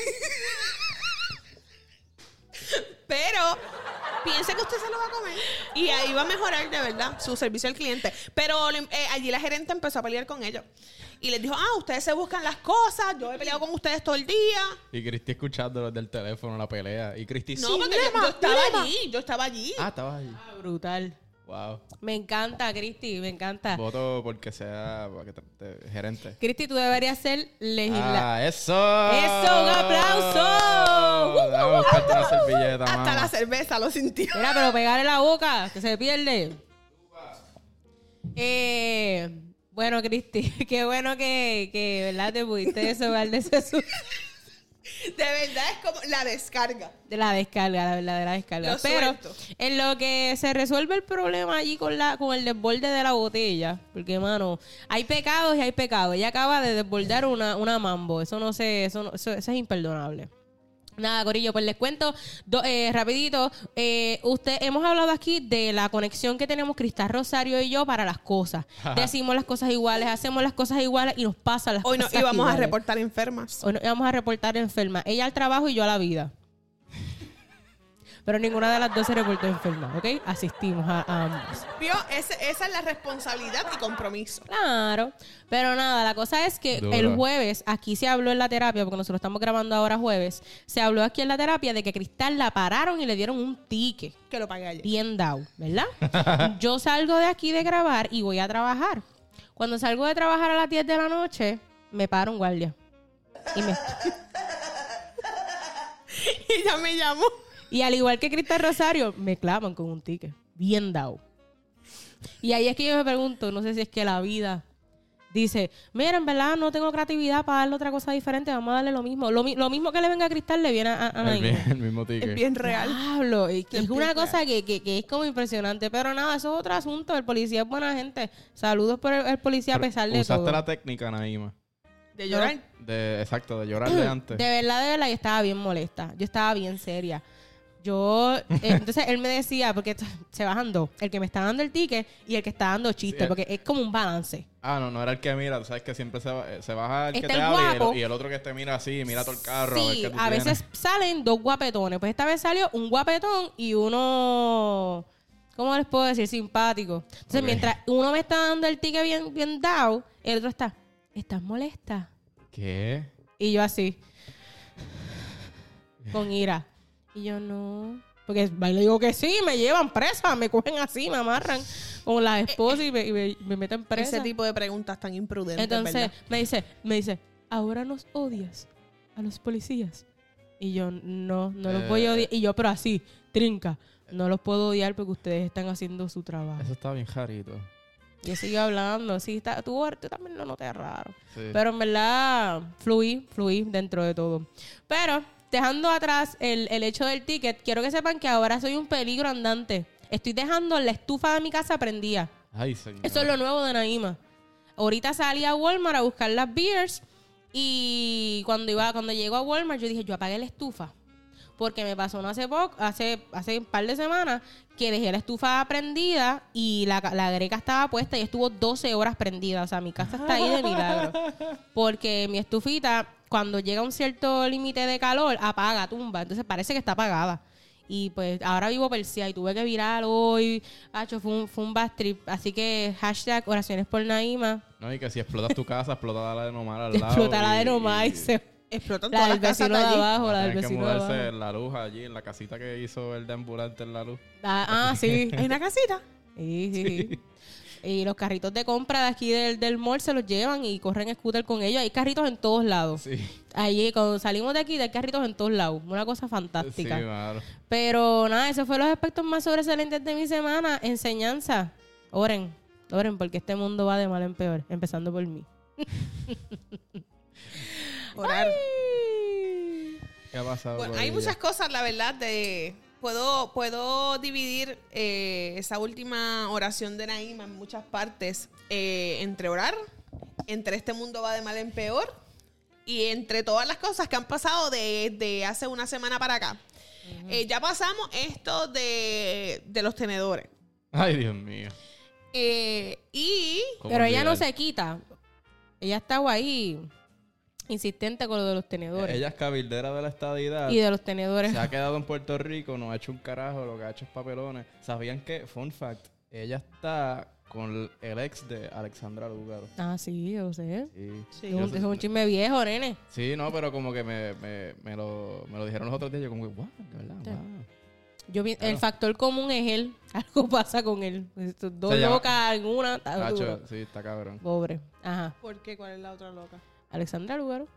[SPEAKER 4] Pero piense que usted se lo va a comer y ahí va a mejorar de verdad su servicio al cliente. Pero le- eh, allí la gerente empezó a pelear con ellos y les dijo, ah, ustedes se buscan las cosas, yo he peleado con ustedes todo el día.
[SPEAKER 1] Y Christy escuchando desde el teléfono la pelea. Y Christy
[SPEAKER 4] No,
[SPEAKER 1] sí.
[SPEAKER 4] porque yo- yo, estaba allí, yo estaba allí.
[SPEAKER 1] Ah, estabas ahí.
[SPEAKER 3] Brutal.
[SPEAKER 1] Wow.
[SPEAKER 3] Me encanta, Cristi, me
[SPEAKER 1] [LAUGHS]
[SPEAKER 3] encanta.
[SPEAKER 1] Voto porque sea para que te- te- gerente.
[SPEAKER 3] Cristi, tú deberías ser legisladora.
[SPEAKER 1] Ah, eso.
[SPEAKER 3] Eso, un Uh, aplauso.
[SPEAKER 1] Dame buscarte la servilleta,
[SPEAKER 4] Hasta
[SPEAKER 1] mano.
[SPEAKER 4] la cerveza lo sintió. [LAUGHS]
[SPEAKER 3] Mira, pero pegarle la boca, que se pierde. Eh, bueno, Cristi, [LAUGHS] qué bueno que, que ¿verdad? Te pudiste desovar de ese susto.
[SPEAKER 4] De verdad es como la descarga.
[SPEAKER 3] De la descarga, la verdadera descarga.
[SPEAKER 4] Lo
[SPEAKER 3] Pero
[SPEAKER 4] suelto.
[SPEAKER 3] en lo que se resuelve el problema allí con la con el desborde de la botella, porque mano, hay pecados y hay pecados. Ella acaba de desbordar una, una mambo, eso no sé, eso, no- eso, eso es imperdonable. Nada, Corillo, pues les cuento do- eh, rapidito. eh, usted, hemos hablado aquí de la conexión que tenemos Cristal Rosario y yo para las cosas. Decimos las cosas iguales, hacemos las cosas iguales y nos pasan las
[SPEAKER 4] Hoy no
[SPEAKER 3] cosas
[SPEAKER 4] íbamos a
[SPEAKER 3] iguales.
[SPEAKER 4] reportar enfermas.
[SPEAKER 3] Hoy nos íbamos a reportar enferma. Ella al trabajo y yo a la vida. pero ninguna de las dos se reportó enferma, ¿ok? Asistimos a, a ambos.
[SPEAKER 4] Vio, Ese- esa es la responsabilidad y compromiso.
[SPEAKER 3] Claro, pero nada, la cosa es que
[SPEAKER 1] Dura.
[SPEAKER 3] el jueves, aquí se habló en la terapia, porque nosotros estamos grabando ahora jueves, se habló aquí en la terapia de que a Cristal la pararon y le dieron un ticket.
[SPEAKER 4] Que lo pague [LAUGHS] ayer.
[SPEAKER 3] bien down, ¿verdad? Yo salgo de aquí de grabar y voy a trabajar. Cuando salgo de trabajar a las 10 de la noche, me para un guardia. Y, me-
[SPEAKER 4] Y ya me llamó.
[SPEAKER 3] y al igual que Cristal Rosario, me clavan con un ticket. Bien down. Y ahí es que yo me pregunto, no sé si es que la vida dice, mira, en verdad no tengo creatividad para darle otra cosa diferente, vamos a darle lo mismo. Lo, mi- lo mismo que le venga a Cristal le viene a, a- a
[SPEAKER 1] El,
[SPEAKER 3] Naima.
[SPEAKER 1] bien- el mismo
[SPEAKER 4] Es
[SPEAKER 1] ticket.
[SPEAKER 4] bien real.
[SPEAKER 3] Diablo, y que es una
[SPEAKER 4] explica.
[SPEAKER 3] cosa que, que- que es como impresionante. Pero nada, eso es otro asunto. El policía es buena gente. Saludos por el, el policía a pesar de
[SPEAKER 1] Usaste
[SPEAKER 3] todo.
[SPEAKER 1] la técnica, Naima.
[SPEAKER 3] Ah,
[SPEAKER 4] De llorar.
[SPEAKER 1] De, exacto, de llorar
[SPEAKER 3] [LAUGHS]
[SPEAKER 1] de
[SPEAKER 3] Mm, De
[SPEAKER 1] antes.
[SPEAKER 3] verdad, de verdad, yo estaba bien molesta. Yo estaba bien seria. Yo, eh, entonces él me decía, porque t- se bajan dos, el que me está dando el ticket y el que está dando
[SPEAKER 1] Sí,
[SPEAKER 3] chistes,
[SPEAKER 1] el-
[SPEAKER 3] porque es como un balance.
[SPEAKER 1] Ah, no, no era el que mira. Tú sabes que siempre se, va- eh, se baja el que
[SPEAKER 3] Está
[SPEAKER 1] te
[SPEAKER 3] el
[SPEAKER 1] habla y el- y
[SPEAKER 3] guapo.
[SPEAKER 1] el, otro que te mira así, mira todo el carro. a ver
[SPEAKER 3] sí,
[SPEAKER 1] qué tú
[SPEAKER 3] a
[SPEAKER 1] tienes.
[SPEAKER 3] veces salen dos guapetones. Pues esta vez salió un guapetón y uno, ¿cómo les puedo decir? Simpático. Entonces,
[SPEAKER 1] Ok.
[SPEAKER 3] mientras uno me está dando el ticket bien, bien dado, el otro está, ¿estás molesta?
[SPEAKER 1] ¿Qué?
[SPEAKER 3] Y yo así, con ira. Y yo no. Porque le digo que sí, me llevan presa, me cogen así, me amarran con la esposa y me, y me- me meten presa.
[SPEAKER 4] Eh, Ese tipo de preguntas tan imprudentes.
[SPEAKER 3] Entonces
[SPEAKER 4] ¿verdad?
[SPEAKER 3] me dice, me dice, ahora nos odias a los policías. Y yo, no, no los
[SPEAKER 1] Eh.
[SPEAKER 3] voy a odiar. Y yo, pero así, trinca, no los puedo odiar porque ustedes están haciendo su trabajo.
[SPEAKER 1] Eso está bien jarito.
[SPEAKER 3] Yo sigo hablando, sí, está, tú, tú también lo noté raro.
[SPEAKER 1] Sí.
[SPEAKER 3] Pero en verdad, fluí, fluí dentro de todo. Pero, dejando atrás el, el hecho del ticket, quiero que sepan que ahora soy un peligro andante. Estoy dejando la estufa de mi casa prendida.
[SPEAKER 1] Ay, señor.
[SPEAKER 3] Eso es lo nuevo de Naima. Ahorita salí a Walmart a buscar las beers y cuando iba, cuando llego a Walmart, yo dije, yo apagué la estufa. Porque me pasó no hace poco, hace, hace un par de semanas, que dejé la estufa prendida y la, ca- la greca estaba puesta y estuvo 12 horas prendida. O sea, mi casa está ahí de milagro. Porque mi estufita, cuando llega a un cierto límite de calor, apaga, tumba. Entonces parece que está apagada. Y pues ahora vivo Persia y tuve que virar hoy. Hacho, fue un, fue un bad trip. Así que hashtag oraciones por Naima.
[SPEAKER 1] No, y que si explotas tu casa, explota la de Nomar al lado.
[SPEAKER 3] Explota la
[SPEAKER 1] y-
[SPEAKER 3] de Nomás y
[SPEAKER 1] y-
[SPEAKER 3] se-
[SPEAKER 4] Explotan
[SPEAKER 3] La
[SPEAKER 4] todas
[SPEAKER 3] del
[SPEAKER 4] las casas
[SPEAKER 3] vecino
[SPEAKER 4] de
[SPEAKER 3] de
[SPEAKER 4] allí.
[SPEAKER 3] abajo,
[SPEAKER 1] Va
[SPEAKER 3] la
[SPEAKER 1] a
[SPEAKER 3] del
[SPEAKER 1] tener que
[SPEAKER 3] vecino de
[SPEAKER 1] mudarse [LAUGHS]
[SPEAKER 3] abajo.
[SPEAKER 1] en la luz allí, en la casita que hizo el de ambulante en la
[SPEAKER 3] [LAUGHS]
[SPEAKER 1] luz.
[SPEAKER 3] Ah, ah, sí.
[SPEAKER 4] Hay una casita.
[SPEAKER 3] Sí, sí, sí. Y los carritos de compra de aquí del, del mall se los llevan y corren scooter con ellos. Hay carritos en todos lados.
[SPEAKER 1] Sí.
[SPEAKER 3] Allí, cuando salimos de aquí, hay carritos en todos lados. Una cosa
[SPEAKER 1] Sí,
[SPEAKER 3] fantástica.
[SPEAKER 1] claro.
[SPEAKER 3] Pero nada, esos fueron los aspectos más sobresalientes de mi semana. Enseñanza. Oren, oren, porque este mundo va de mal en peor, empezando por mí.
[SPEAKER 4] Orar.
[SPEAKER 1] ¿Qué ha pasado?
[SPEAKER 4] Bueno,
[SPEAKER 1] por
[SPEAKER 4] hay
[SPEAKER 1] ella?
[SPEAKER 4] muchas cosas, la verdad, de... Puedo, puedo dividir eh, esa última oración de Naima en muchas partes. eh, entre orar, entre este mundo va de mal en peor y entre todas las cosas que han pasado de, de hace una semana para acá. Eh, ya pasamos esto de, de los tenedores.
[SPEAKER 1] Ay, Dios mío.
[SPEAKER 4] Eh, y
[SPEAKER 1] ¿Cómo
[SPEAKER 3] Pero ella no
[SPEAKER 1] olvidar?
[SPEAKER 3] se quita. Ella estaba ahí insistente con lo de los tenedores.
[SPEAKER 1] Ella es cabildera de la estadidad.
[SPEAKER 3] Y de los tenedores.
[SPEAKER 1] Se ha quedado en Puerto Rico, no ha hecho un carajo, lo que ha hecho es papelones. ¿Sabían que, fun fact, ella está con el ex de Alexandra Lúgaro?
[SPEAKER 3] Ah, sí, yo lo sé.
[SPEAKER 1] Sí.
[SPEAKER 3] Es un, es un chisme viejo, nene.
[SPEAKER 1] Sí, no, pero como que me, me, me lo, me lo dijeron los otros días. Yo como que, wow, de verdad, wow.
[SPEAKER 3] Yo, vi-
[SPEAKER 1] Claro.
[SPEAKER 3] El factor común es él. [LAUGHS] Algo pasa con él. Estos Dos
[SPEAKER 1] Se llama- eh.
[SPEAKER 3] locas, alguna. está
[SPEAKER 1] Tacho,
[SPEAKER 3] duro.
[SPEAKER 1] sí, está cabrón.
[SPEAKER 3] [LAUGHS]
[SPEAKER 1] [LAUGHS]
[SPEAKER 3] Pobre. Ajá.
[SPEAKER 4] ¿Por qué? ¿Cuál es la otra loca?
[SPEAKER 3] Alexandra Lugaro.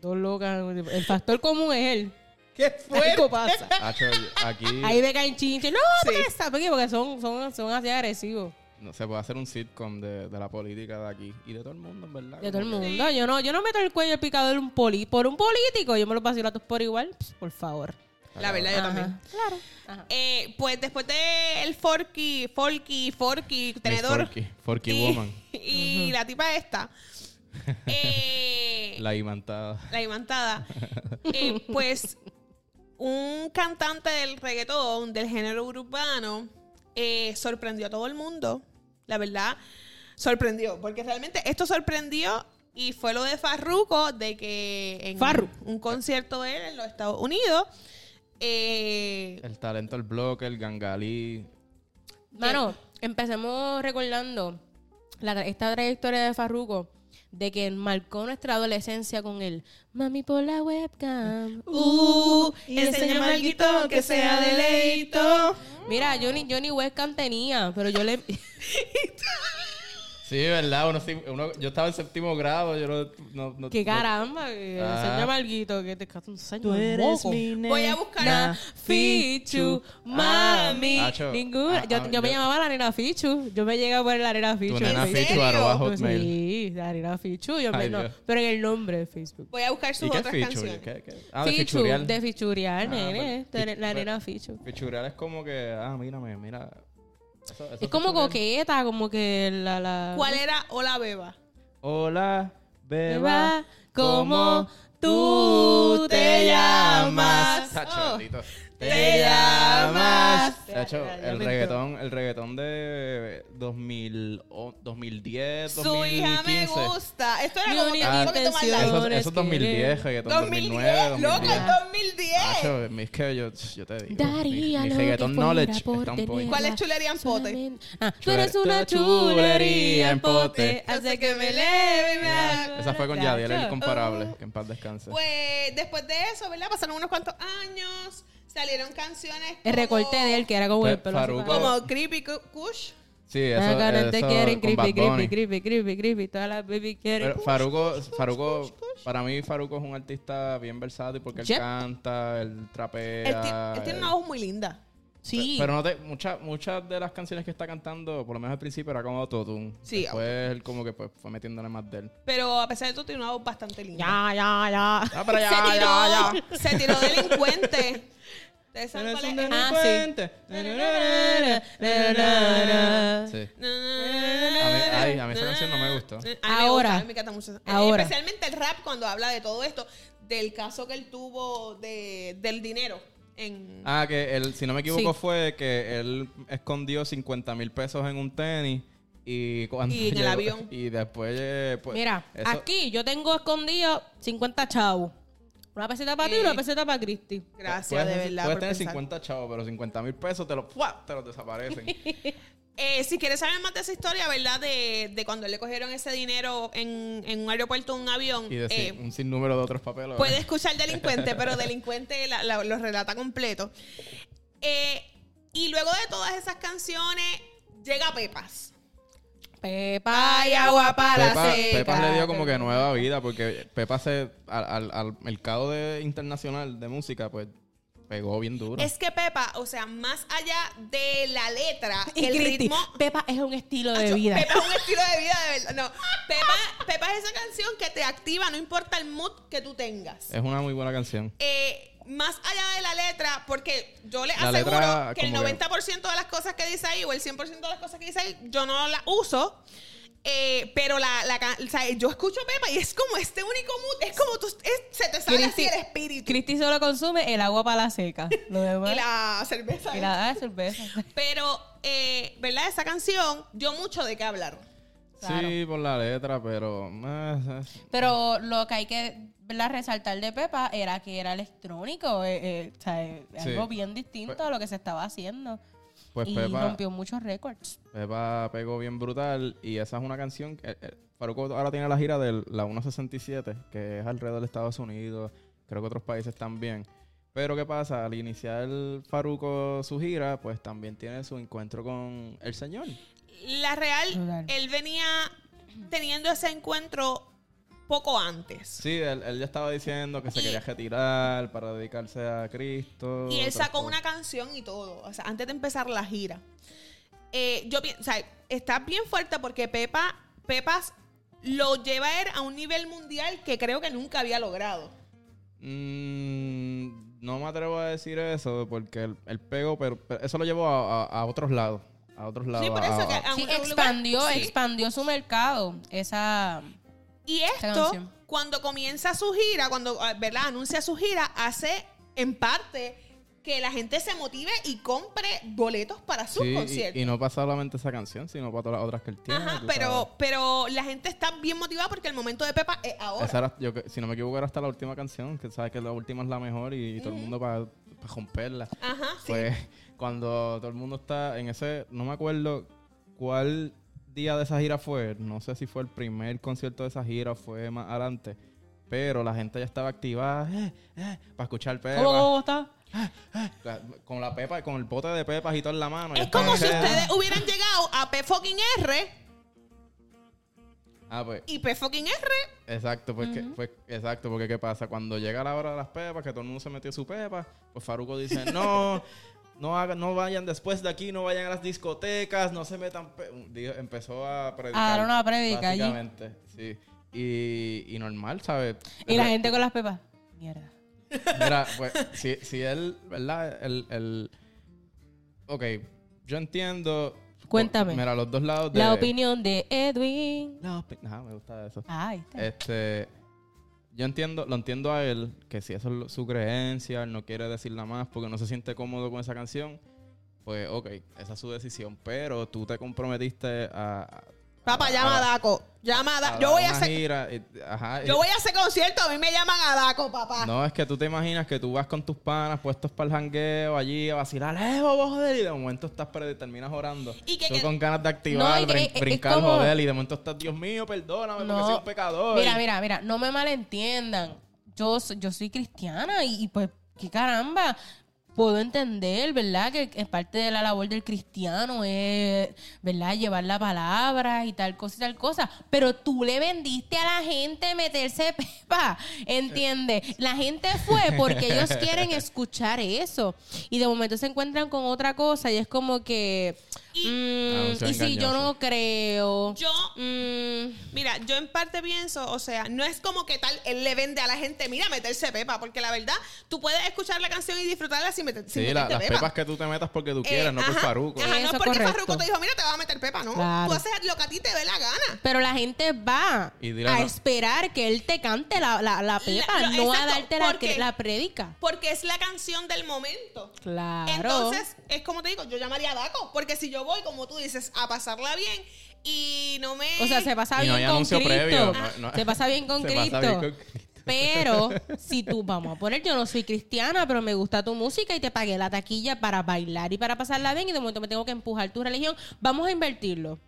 [SPEAKER 3] Dos locas. El factor común es él.
[SPEAKER 4] [LAUGHS] ¡Qué
[SPEAKER 3] Algo pasa.
[SPEAKER 1] Tacho, aquí
[SPEAKER 3] [LAUGHS] Ahí me caen chinches. No,
[SPEAKER 4] Sí.
[SPEAKER 3] porque está- porque- porque son, son, son así agresivos.
[SPEAKER 1] no, se puede hacer un sitcom de, de la política de aquí y de todo el mundo, en verdad.
[SPEAKER 3] De
[SPEAKER 1] como
[SPEAKER 3] todo el
[SPEAKER 1] que-
[SPEAKER 3] mundo. Yo no, yo no meto el cuello el picador un poli, por un político. Yo me lo paso a todos por igual. Pss, por favor.
[SPEAKER 1] Está
[SPEAKER 4] La verdad, yo
[SPEAKER 3] Ajá.
[SPEAKER 4] también.
[SPEAKER 3] Claro. Ajá.
[SPEAKER 4] Eh, pues después del Forky, Forky, Forky,
[SPEAKER 1] Miss
[SPEAKER 4] tenedor.
[SPEAKER 1] Forky, Forky
[SPEAKER 4] y,
[SPEAKER 1] Woman,
[SPEAKER 4] [LAUGHS] y la tipa esta. eh, la...
[SPEAKER 1] la imantada.
[SPEAKER 4] imantada. eh, pues un cantante del reggaetón, del género urbano, eh, sorprendió a todo el mundo. La verdad, sorprendió. Porque realmente esto sorprendió Y fue lo de Farruko, de que en
[SPEAKER 2] Farru.
[SPEAKER 4] un concierto de él en los Estados Unidos, eh,
[SPEAKER 1] El talento, el bloque, el gangalí.
[SPEAKER 3] Mano, empecemos recordando la- esta trayectoria de Farruko. De que marcó nuestra adolescencia con él. Mami por la
[SPEAKER 4] [LAUGHS]
[SPEAKER 3] webcam.
[SPEAKER 4] Uh,
[SPEAKER 2] y enséñame alguito que sea deleito.
[SPEAKER 3] Mira, yo ni, yo ni webcam tenía, pero yo le.
[SPEAKER 1] Sí, ¿verdad? Uno, sí- uno- yo estaba en séptimo grado, yo no... no, no-
[SPEAKER 3] ¡Qué
[SPEAKER 1] no-
[SPEAKER 3] caramba! que
[SPEAKER 1] Ah.
[SPEAKER 3] Enséñame alguito, que te caso un señor.
[SPEAKER 2] Tú eres mi
[SPEAKER 4] Voy a buscar
[SPEAKER 3] Nena Fichu, mami.
[SPEAKER 1] Ah, Nacho.
[SPEAKER 3] Ninguna.
[SPEAKER 1] Ah,
[SPEAKER 3] yo,
[SPEAKER 1] ah,
[SPEAKER 3] yo me
[SPEAKER 1] yo-
[SPEAKER 3] llamaba la nena Fichu. Yo me llegué a poner la nena Fichu.
[SPEAKER 1] Tu
[SPEAKER 3] en
[SPEAKER 1] nena
[SPEAKER 3] Facebook. Pues
[SPEAKER 1] Fichu, arroba hotmail.
[SPEAKER 3] Sí, la nena Fichu. Yo me-
[SPEAKER 1] Ay,
[SPEAKER 3] no,
[SPEAKER 1] Dios.
[SPEAKER 3] pero en el nombre de Facebook.
[SPEAKER 4] voy a buscar sus
[SPEAKER 1] ¿Y qué
[SPEAKER 4] otras
[SPEAKER 1] feature?
[SPEAKER 4] canciones.
[SPEAKER 1] ¿Qué, qué? Ah, de
[SPEAKER 3] Fichu,
[SPEAKER 1] fichurear.
[SPEAKER 3] de fichurear,
[SPEAKER 1] Ah,
[SPEAKER 3] nene.
[SPEAKER 1] pero-
[SPEAKER 3] de la
[SPEAKER 1] pero-
[SPEAKER 3] nena Fichu.
[SPEAKER 1] Fichurear es como que, ah, mírame, mira. Eso- eso
[SPEAKER 3] Es como
[SPEAKER 1] fichurear.
[SPEAKER 3] coqueta, como que la. la
[SPEAKER 4] ¿Cuál era Hola Beba?
[SPEAKER 1] Hola, beba,
[SPEAKER 3] Beba,
[SPEAKER 1] ¿cómo
[SPEAKER 3] ¿cómo
[SPEAKER 1] tú
[SPEAKER 3] tú
[SPEAKER 1] te
[SPEAKER 3] te
[SPEAKER 1] llamas?
[SPEAKER 3] llamas?
[SPEAKER 1] Tacho,
[SPEAKER 4] Oh.
[SPEAKER 1] bendito.
[SPEAKER 4] Te llamas.
[SPEAKER 1] Tacho,
[SPEAKER 3] Ya, ya, ya
[SPEAKER 1] el
[SPEAKER 3] me
[SPEAKER 1] reggaetón, el reggaetón de oh, 2000, o- 2010,
[SPEAKER 4] Su hija me
[SPEAKER 1] 2015.
[SPEAKER 4] gusta. Esto era
[SPEAKER 3] Mi
[SPEAKER 4] como que
[SPEAKER 3] única
[SPEAKER 4] un poquito más
[SPEAKER 3] intención.
[SPEAKER 4] largo.
[SPEAKER 1] Eso, eso es 2010, reggaetón 2009,
[SPEAKER 4] 2010, loco,
[SPEAKER 1] 2010.
[SPEAKER 4] 2010.
[SPEAKER 1] Tacho, es que yo, yo te digo,
[SPEAKER 3] Daría
[SPEAKER 1] mi, mi
[SPEAKER 3] lo
[SPEAKER 1] reggaetón
[SPEAKER 3] que fuera
[SPEAKER 1] knowledge
[SPEAKER 3] por
[SPEAKER 1] está un
[SPEAKER 3] tener-
[SPEAKER 1] poquito.
[SPEAKER 4] ¿Cuál es chulería en pote?
[SPEAKER 3] Solamente- Ah, tú eres una chulería en pote. Hace que me leve y me haga-
[SPEAKER 1] Esa fue con Yadiel, el
[SPEAKER 3] Tacho. Oh.
[SPEAKER 1] incomparable, que en paz descanse.
[SPEAKER 4] Pues después de eso, ¿verdad? Pasaron unos cuantos años, salieron canciones como,
[SPEAKER 3] El recorte de él que era como el
[SPEAKER 1] Pe-
[SPEAKER 3] pelo. así
[SPEAKER 1] Farruko.
[SPEAKER 3] para-
[SPEAKER 4] como Creepy Cu- Kush.
[SPEAKER 1] Sí, Pues, eso,
[SPEAKER 3] Las ganas te
[SPEAKER 1] eso
[SPEAKER 3] quieren
[SPEAKER 1] con Bad
[SPEAKER 3] creepy,
[SPEAKER 1] Bunny.
[SPEAKER 3] creepy, creepy, creepy, creepy. Todas las baby quieren.
[SPEAKER 1] Pero Faruco, Faruco, para mí Faruco es un artista bien versátil porque él
[SPEAKER 3] Yep.
[SPEAKER 1] canta, él trapea.
[SPEAKER 4] Él, ti- él tiene una
[SPEAKER 1] él-
[SPEAKER 4] voz muy linda.
[SPEAKER 3] Sí.
[SPEAKER 1] Pero no te, muchas, muchas de las canciones que está cantando, por lo menos al principio era como autotune.
[SPEAKER 4] Sí,
[SPEAKER 1] Después él como que pues, fue metiéndole más de él.
[SPEAKER 4] Pero a pesar de todo, tiene una voz bastante linda.
[SPEAKER 3] Ya, ya, ya.
[SPEAKER 1] Ah, para allá,
[SPEAKER 4] [LAUGHS] se, tiró,
[SPEAKER 1] ya, ya.
[SPEAKER 4] [LAUGHS] se tiró delincuente. ¿Ustedes saben
[SPEAKER 1] Eres
[SPEAKER 4] cuál es?
[SPEAKER 1] un
[SPEAKER 3] Ah,
[SPEAKER 1] delincuente. Sí. A mí, ay, a mí esa canción no me gustó.
[SPEAKER 4] A mí me
[SPEAKER 3] Ahora.
[SPEAKER 4] gusta, a mí me encanta mucho. Eh,
[SPEAKER 3] Ahora.
[SPEAKER 4] Especialmente el rap cuando habla de todo esto, del caso que él tuvo de, del dinero. En...
[SPEAKER 1] Ah, que él, si no me equivoco,
[SPEAKER 3] Sí.
[SPEAKER 1] fue que él escondió 50 mil pesos en un tenis. Y, cuando
[SPEAKER 4] Y en el
[SPEAKER 1] llegó-
[SPEAKER 4] avión.
[SPEAKER 1] Y después. eh, pues,
[SPEAKER 3] Mira,
[SPEAKER 1] eso-
[SPEAKER 3] aquí yo tengo escondido 50 chavos. Una peseta para ti y
[SPEAKER 4] Eh.
[SPEAKER 3] una peseta para Cristi.
[SPEAKER 4] Gracias, de
[SPEAKER 1] puedes-
[SPEAKER 4] verdad.
[SPEAKER 1] Puedes
[SPEAKER 4] por
[SPEAKER 1] tener
[SPEAKER 4] pensar.
[SPEAKER 1] 50 chavos, pero 50 mil pesos te los, ¡fua! te los desaparecen.
[SPEAKER 4] [LAUGHS] Eh, si quieres saber más de esa historia, ¿verdad? De, de cuando le cogieron ese dinero en, en un aeropuerto, un avión.
[SPEAKER 1] y "Mm, de
[SPEAKER 4] eh,
[SPEAKER 1] sin- un sinnúmero de otros papeles.
[SPEAKER 4] puede escuchar
[SPEAKER 1] [LAUGHS]
[SPEAKER 4] delincuente, pero delincuente la- la- lo relata completo. Eh, y luego de todas esas canciones, llega Pepas.
[SPEAKER 3] Pepa
[SPEAKER 4] Ay, agua para
[SPEAKER 1] Pepa,
[SPEAKER 4] seca.
[SPEAKER 1] Pepa le dio como que nueva vida porque Pepa se al, al- al mercado de- internacional de música pues pegó bien duro.
[SPEAKER 4] Es que Pepa, o sea, más allá de la letra,
[SPEAKER 3] [LAUGHS] y
[SPEAKER 4] el
[SPEAKER 3] Cristi.
[SPEAKER 4] ritmo.
[SPEAKER 3] Pepa es un estilo de
[SPEAKER 4] Acho,
[SPEAKER 3] vida.
[SPEAKER 4] Pepa es un estilo de vida, de verdad. No, Pepa, Pepa es esa canción que te activa, no importa el mood que tú tengas.
[SPEAKER 1] Es una muy buena canción.
[SPEAKER 4] Eh, más allá de la letra, porque yo le
[SPEAKER 1] La
[SPEAKER 4] aseguro
[SPEAKER 1] letra,
[SPEAKER 4] que el
[SPEAKER 1] como que-
[SPEAKER 4] 90% de las cosas que dice ahí o el 100% de las cosas que dice ahí, yo no las uso. eh, pero la, la ca- o sea, yo escucho Pepa y es como este único mood, es como tú, es- se te sale así
[SPEAKER 3] Cristi-
[SPEAKER 4] el espíritu
[SPEAKER 3] Cristi solo consume el agua para la seca. Lo demás.
[SPEAKER 4] [LAUGHS] y la cerveza.
[SPEAKER 3] y la- ah, cerveza.
[SPEAKER 4] Pero, eh, ¿verdad? Esa canción dio mucho de qué hablar.
[SPEAKER 1] Sí,
[SPEAKER 3] Claro.
[SPEAKER 1] por la letra, pero... eh, eh,
[SPEAKER 3] Pero lo que hay que ¿verdad? resaltar de Pepa era que era electrónico. eh, eh, o sea, eh,
[SPEAKER 1] Sí.
[SPEAKER 3] Algo bien distinto a lo que se estaba haciendo.
[SPEAKER 1] pues
[SPEAKER 3] y
[SPEAKER 1] Pepa,
[SPEAKER 3] rompió muchos récords.
[SPEAKER 1] Pepa pegó bien brutal y esa es una canción que... eh, eh, Faruco ahora tiene la gira de la 167, que es alrededor de Estados Unidos, creo que otros países también. Pero ¿qué pasa? Al iniciar Faruco su gira, pues también tiene su encuentro con el Señor.
[SPEAKER 4] La real,
[SPEAKER 3] Claro.
[SPEAKER 4] él venía teniendo ese encuentro poco antes.
[SPEAKER 1] Sí, él, él ya estaba diciendo que se
[SPEAKER 4] Y-
[SPEAKER 1] quería retirar para dedicarse a Cristo.
[SPEAKER 4] Y él
[SPEAKER 1] otras
[SPEAKER 4] sacó
[SPEAKER 1] cosas.
[SPEAKER 4] una canción y todo, o sea, antes de empezar la gira. Eh, yo pienso, o sea, está bien fuerte porque Pepa, Pepas lo lleva a él a un nivel mundial que creo que nunca había logrado.
[SPEAKER 1] Mm, no me atrevo a decir eso porque él, él pegó, pero, pero eso lo llevó a, a- a otros lados. A otros lados.
[SPEAKER 4] por eso
[SPEAKER 1] a- a-
[SPEAKER 4] que- a
[SPEAKER 3] Sí,
[SPEAKER 4] un- a un lugar-
[SPEAKER 3] expandió,
[SPEAKER 4] sí.
[SPEAKER 3] expandió su mercado. Esa.
[SPEAKER 4] Y
[SPEAKER 3] Esta
[SPEAKER 4] esto,
[SPEAKER 3] canción.
[SPEAKER 4] cuando comienza su gira, cuando ah, ¿verdad? anuncia su gira, hace en parte que la gente se motive y compre boletos para sus
[SPEAKER 1] Sí, y-
[SPEAKER 4] conciertos.
[SPEAKER 1] y, no para solamente esa canción, sino para todas las otras que él tiene.
[SPEAKER 4] Ajá,
[SPEAKER 1] tú
[SPEAKER 4] pero, pero la gente está bien motivada porque el momento de Pepa es ahora.
[SPEAKER 1] sabes. Esa era- yo que- si no me equivoco, era hasta la última canción, que sabes que la última es la mejor y, todo el mundo para romperla.
[SPEAKER 4] Ajá, sí.
[SPEAKER 1] Pues cuando todo el mundo está en ese, no me acuerdo cuál día de esa gira fue, no sé si fue el primer concierto de esa gira o fue más adelante, pero la gente ya estaba activada eh, eh, para escuchar Pepa,
[SPEAKER 3] ¿Cómo, cómo está?
[SPEAKER 1] La- con la Pepa, con el bote de Pepas y todo en la mano. ya
[SPEAKER 4] es
[SPEAKER 1] estaban
[SPEAKER 4] como si
[SPEAKER 1] ustedes-
[SPEAKER 4] ustedes hubieran llegado a P fucking R
[SPEAKER 1] Ah, pues,
[SPEAKER 4] y P fucking R.
[SPEAKER 1] exacto, pues, que- pues, exacto, porque ¿qué pasa? Cuando llega la hora de las Pepas, que todo el mundo se metió su Pepa, pues Faruco dice,
[SPEAKER 3] [LAUGHS]
[SPEAKER 1] no, no, haga- no vayan después de aquí, no vayan a las discotecas, no se metan... pe-". Dijo- empezó a predicar.
[SPEAKER 3] A dar Ah, una predica allí.
[SPEAKER 1] Básicamente, sí. Y, y normal, ¿sabes?
[SPEAKER 3] Y la gente con las pepas. Mierda.
[SPEAKER 1] [LAUGHS] Mira, pues, si, si él, ¿verdad? El, el... Ok, yo entiendo...
[SPEAKER 3] Cuéntame.
[SPEAKER 1] Mira, los dos lados de...
[SPEAKER 3] La opinión de Edwin.
[SPEAKER 1] La opi- Ajá, me gusta eso.
[SPEAKER 3] Ah, ahí está.
[SPEAKER 1] Este, yo entiendo, lo entiendo a él, que si eso es lo- su creencia, él no quiere decirla más porque no se siente cómodo con esa canción, pues ok, esa es su decisión, pero tú te comprometiste a... a-
[SPEAKER 4] Papá,
[SPEAKER 1] a-
[SPEAKER 4] llama a
[SPEAKER 1] a-
[SPEAKER 4] Daco. Llama a
[SPEAKER 1] a
[SPEAKER 4] Daco.
[SPEAKER 1] dar
[SPEAKER 4] Yo voy a
[SPEAKER 1] una
[SPEAKER 4] hacer.
[SPEAKER 1] gira y- ajá, y-
[SPEAKER 4] Yo voy a hacer concierto, a mí me llaman a Daco, papá.
[SPEAKER 1] No, es que tú te imaginas que tú vas con tus panas puestos para el jangueo allí a vacilar, ¡eh, bobo, joder! Y de momento estás, pero terminas orando.
[SPEAKER 4] Y que-
[SPEAKER 1] tú
[SPEAKER 4] que-
[SPEAKER 1] con ganas de activar,
[SPEAKER 3] No, y que-
[SPEAKER 1] brin-
[SPEAKER 3] es- es
[SPEAKER 1] brincar,
[SPEAKER 3] como-
[SPEAKER 1] joder, y de momento estás, Dios mío, perdóname porque soy un pecador.
[SPEAKER 3] Mira, mira, mira, no me malentiendan. Yo, so- yo soy cristiana y, y pues, qué caramba. Puedo entender, ¿verdad? Que es parte de la labor del cristiano, es, ¿verdad? Llevar la palabra y tal cosa y tal cosa. Pero tú le vendiste a la gente meterse [LAUGHS] pepa, ¿entiendes? La gente fue porque
[SPEAKER 1] [LAUGHS]
[SPEAKER 3] ellos quieren escuchar eso. Y de momento se encuentran con otra cosa y es como que...
[SPEAKER 4] Y-
[SPEAKER 3] mm,
[SPEAKER 1] Ah, o sea,
[SPEAKER 3] y si yo
[SPEAKER 1] engañoso.
[SPEAKER 3] no creo...
[SPEAKER 4] Yo,
[SPEAKER 3] mm,
[SPEAKER 4] mira, yo en parte pienso, o sea, no es como que tal él le vende a la gente, mira, meterse pepa, porque la verdad, tú puedes escuchar la canción y disfrutarla sin, meter, sin
[SPEAKER 1] Sí, la-
[SPEAKER 4] meterte
[SPEAKER 1] las
[SPEAKER 4] pepa.
[SPEAKER 1] pepas que tú te metas porque tú quieras,
[SPEAKER 4] Eh,
[SPEAKER 1] no por
[SPEAKER 4] ajá,
[SPEAKER 1] faruco.
[SPEAKER 4] Ajá, no
[SPEAKER 3] Eso
[SPEAKER 4] es
[SPEAKER 3] es
[SPEAKER 4] porque
[SPEAKER 3] correcto.
[SPEAKER 4] Farruko te dijo, mira, te vas a meter pepa, no.
[SPEAKER 3] Claro.
[SPEAKER 4] Tú haces lo que a ti te dé la gana.
[SPEAKER 3] Pero la gente va
[SPEAKER 1] Y dirá,
[SPEAKER 3] a
[SPEAKER 1] no.
[SPEAKER 3] esperar que él te cante la, la, la pepa,
[SPEAKER 4] lo-
[SPEAKER 3] no a
[SPEAKER 4] exacto,
[SPEAKER 3] darte la,
[SPEAKER 4] porque-
[SPEAKER 3] la predica.
[SPEAKER 4] Porque es la canción del momento.
[SPEAKER 3] Claro.
[SPEAKER 4] Entonces, es como te digo, yo llamaría a Daco, porque si yo voy, como tú dices, a pasarla bien y no me...
[SPEAKER 3] o sea, se pasa
[SPEAKER 1] Y no hay
[SPEAKER 3] bien con
[SPEAKER 1] anuncio
[SPEAKER 3] Cristo.
[SPEAKER 1] previo, no- no-
[SPEAKER 3] Se pasa bien
[SPEAKER 1] [LAUGHS]
[SPEAKER 3] con
[SPEAKER 1] Se pasa
[SPEAKER 3] Cristo.
[SPEAKER 1] bien con Cristo. [LAUGHS]
[SPEAKER 3] Pero si tú vamos a poner, yo no soy cristiana, pero me gusta tu música y te pagué la taquilla para bailar y para pasarla bien y de momento me tengo que empujar tu religión, vamos a invertirlo.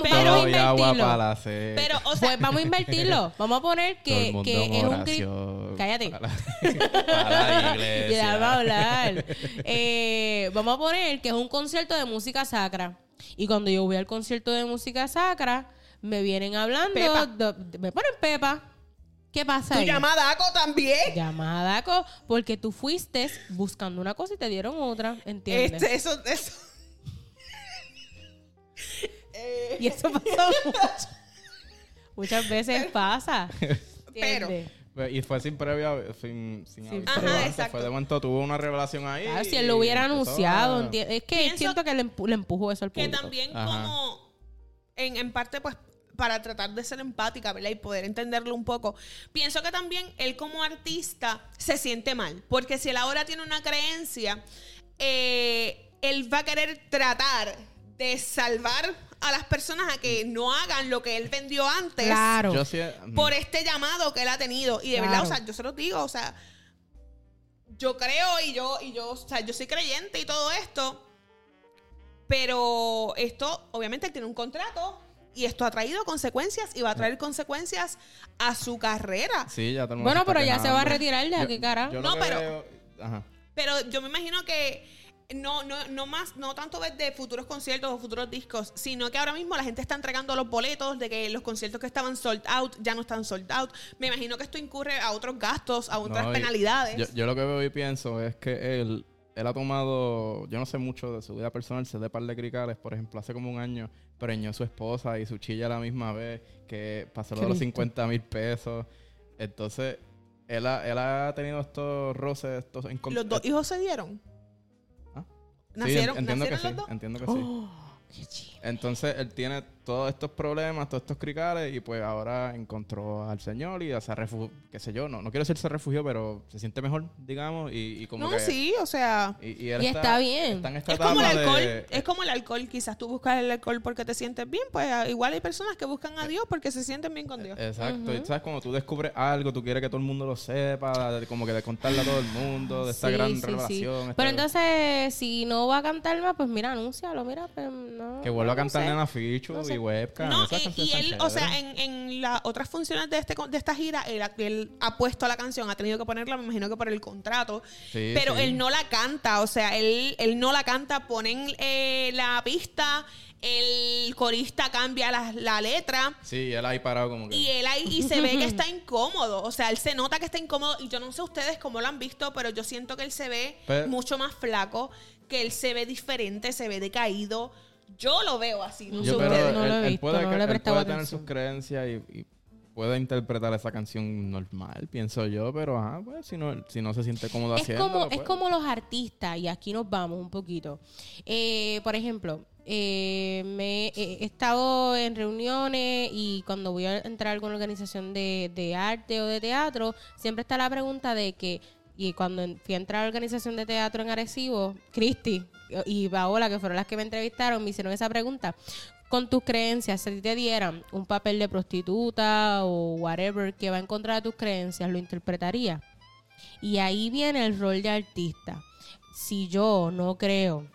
[SPEAKER 1] Cristo,
[SPEAKER 3] pero
[SPEAKER 1] doy agua
[SPEAKER 3] invertirlo.
[SPEAKER 1] para la sed.
[SPEAKER 4] Pero, o sea,
[SPEAKER 3] pues vamos
[SPEAKER 1] [LAUGHS]
[SPEAKER 3] a invertirlo. Vamos a poner
[SPEAKER 1] Todo el
[SPEAKER 3] que,
[SPEAKER 1] mundo
[SPEAKER 3] que
[SPEAKER 1] en
[SPEAKER 3] es un
[SPEAKER 1] oración
[SPEAKER 3] cristiano. Cállate.
[SPEAKER 1] Para, para la [LAUGHS]
[SPEAKER 3] Y
[SPEAKER 1] iglesia.
[SPEAKER 3] [LAUGHS] ya va a hablar. Eh, vamos a poner que es un concierto de música sacra. Y cuando yo voy al concierto de música sacra, me vienen hablando,
[SPEAKER 4] Pepa.
[SPEAKER 3] do- de- me ponen Pepa. ¿Qué pasa?
[SPEAKER 4] tú
[SPEAKER 3] ahí?
[SPEAKER 4] llamas a Daco también.
[SPEAKER 3] Llama a Daco porque tú fuiste buscando una cosa y te dieron otra, ¿entiendes?
[SPEAKER 4] Este, eso, eso. [LAUGHS] Eh,
[SPEAKER 3] Y eso
[SPEAKER 4] [LAUGHS]
[SPEAKER 3] pasó mucho. Muchas veces pasa.
[SPEAKER 4] pero-
[SPEAKER 3] ¿entiendes?
[SPEAKER 1] Pues, Y fue sin previa, sin, sin
[SPEAKER 3] Sin
[SPEAKER 1] aviso.
[SPEAKER 4] previa. Ajá,
[SPEAKER 1] Se
[SPEAKER 4] exacto.
[SPEAKER 1] Fue de momento, tuvo una revelación ahí.
[SPEAKER 3] Claro, si él lo hubiera
[SPEAKER 1] y empezó
[SPEAKER 3] anunciado,
[SPEAKER 1] a-
[SPEAKER 3] ¿entiendes? es que
[SPEAKER 4] Pienso
[SPEAKER 3] siento que le, empu- le empujó eso al
[SPEAKER 4] que
[SPEAKER 3] público.
[SPEAKER 4] también
[SPEAKER 1] Ajá.
[SPEAKER 4] como en, en parte pues para tratar de ser empática, ¿verdad? Y poder entenderlo un poco. Pienso que también él como artista se siente mal, porque si él ahora tiene una creencia, eh, él va a querer tratar de salvar a las personas a que no hagan lo que él vendió antes
[SPEAKER 3] Claro.
[SPEAKER 1] Yo sí, mm,
[SPEAKER 4] por este llamado que él ha tenido. Y de verdad,
[SPEAKER 3] Claro.
[SPEAKER 4] o sea, yo se los digo, o sea, yo creo y yo, y yo, o sea, yo soy creyente y todo esto. Pero esto, obviamente, él tiene un contrato y esto ha traído consecuencias y va a traer consecuencias a su carrera.
[SPEAKER 1] sí, ya todo el mundo
[SPEAKER 3] Bueno,
[SPEAKER 1] está
[SPEAKER 3] pero ya se va a
[SPEAKER 1] quejando.
[SPEAKER 3] retirar ya,
[SPEAKER 1] Yo-
[SPEAKER 3] qué carajo.
[SPEAKER 1] yo lo
[SPEAKER 4] No,
[SPEAKER 1] que
[SPEAKER 4] pero-
[SPEAKER 1] veo- Ajá.
[SPEAKER 4] Pero yo me imagino que no, no, no más, no tanto de futuros conciertos o futuros discos, sino que ahora mismo la gente está entregando los boletos de que los conciertos que estaban sold out ya no están sold out. Me imagino que esto incurre a otros gastos, a otras
[SPEAKER 1] No, y-
[SPEAKER 4] penalidades.
[SPEAKER 1] Yo, yo lo que veo y pienso es que él, él ha tomado, yo no sé mucho de su vida personal, sé de par de cricales, por ejemplo, hace como un año preñó a su esposa y su chilla a la misma vez, que pasó de los
[SPEAKER 3] Cristo.
[SPEAKER 1] 50 mil pesos. Entonces, él ha, él ha tenido estos roces, estos encon-
[SPEAKER 4] ¿Los dos
[SPEAKER 1] eh,
[SPEAKER 4] hijos se dieron?
[SPEAKER 1] ¿Ah? sí,
[SPEAKER 4] ¿Nacieron,
[SPEAKER 1] entiendo
[SPEAKER 4] nacieron
[SPEAKER 1] que
[SPEAKER 4] los
[SPEAKER 1] sí,
[SPEAKER 4] dos? Oh.
[SPEAKER 1] entiendo que sí.
[SPEAKER 3] Oh, Qué chido.
[SPEAKER 1] Entonces, él tiene todos estos problemas, todos estos cricales, y pues ahora encontró al Señor y se refugió, qué sé yo, no, no quiero decir se refugió, pero se siente mejor, digamos, y, y como
[SPEAKER 4] No,
[SPEAKER 1] que...
[SPEAKER 4] sí, o sea.
[SPEAKER 1] Y, él
[SPEAKER 3] Y está bien.
[SPEAKER 1] en esta
[SPEAKER 4] Es como el
[SPEAKER 1] etapa de- eh,
[SPEAKER 4] alcohol, es como el alcohol, quizás tú buscas el alcohol porque te sientes bien, pues ah, igual hay personas que buscan
[SPEAKER 1] Eh,
[SPEAKER 4] a Dios porque se sienten bien con Dios.
[SPEAKER 1] Exacto, y sabes, cuando tú descubres algo, tú quieres que todo el mundo lo sepa, de- como que de contarle a todo el mundo, de esta
[SPEAKER 3] Sí,
[SPEAKER 1] gran
[SPEAKER 3] sí, sí.
[SPEAKER 1] relación. este- esta-
[SPEAKER 3] Pero entonces, si no va a cantar más, pues mira, anúncialo, mira, pero no.
[SPEAKER 1] Que vuelva a
[SPEAKER 3] no
[SPEAKER 1] cantar
[SPEAKER 3] sé.
[SPEAKER 1] Nena Fichu
[SPEAKER 3] No sé.
[SPEAKER 1] y Webcam.
[SPEAKER 4] No,
[SPEAKER 1] esas
[SPEAKER 4] y- y,
[SPEAKER 1] canciones
[SPEAKER 4] él,
[SPEAKER 1] están
[SPEAKER 4] o sea,
[SPEAKER 1] chéveres.
[SPEAKER 4] en, en las otras funciones de este con- de esta gira, él, ha- él ha puesto la canción, ha tenido que ponerla, me imagino que por el contrato,
[SPEAKER 1] Sí,
[SPEAKER 4] pero
[SPEAKER 1] sí.
[SPEAKER 4] él no la canta, o sea, él, él no la canta, ponen eh, la pista, el corista cambia la, la letra.
[SPEAKER 1] Sí, él ahí parado como que...
[SPEAKER 4] Y él ahí y se ve que está incómodo, o sea, él se nota que está incómodo y yo no sé ustedes cómo lo han visto, pero yo siento que él se ve
[SPEAKER 1] Pero-
[SPEAKER 4] mucho más flaco, que él se ve diferente, se ve decaído. Yo lo veo así, no
[SPEAKER 1] Yo,
[SPEAKER 4] sé
[SPEAKER 1] pero
[SPEAKER 4] ustedes.
[SPEAKER 1] él,
[SPEAKER 3] no lo he
[SPEAKER 1] él
[SPEAKER 3] visto,
[SPEAKER 1] puede,
[SPEAKER 3] no le he
[SPEAKER 1] él puede
[SPEAKER 3] prestado
[SPEAKER 1] tener
[SPEAKER 3] atención.
[SPEAKER 1] sus creencias y, y puede interpretar esa canción normal, pienso yo, pero ajá, pues si no, si no se siente cómodo
[SPEAKER 3] Es
[SPEAKER 1] haciéndolo,
[SPEAKER 3] como, es
[SPEAKER 1] pues.
[SPEAKER 3] como los artistas, y aquí nos vamos un poquito. Eh, por ejemplo, eh, me, eh, he estado en reuniones y cuando voy a entrar a alguna organización de, de arte o de teatro, siempre está la pregunta de que, y cuando en- fui a entrar a la organización de teatro en Arecibo, Cristi y Paola, que fueron las que me entrevistaron, me hicieron esa pregunta. Con tus creencias, si a ti te dieran un papel de prostituta o whatever que va en contra de tus creencias, ¿lo interpretarías? Y ahí viene el rol de artista. Si yo no creo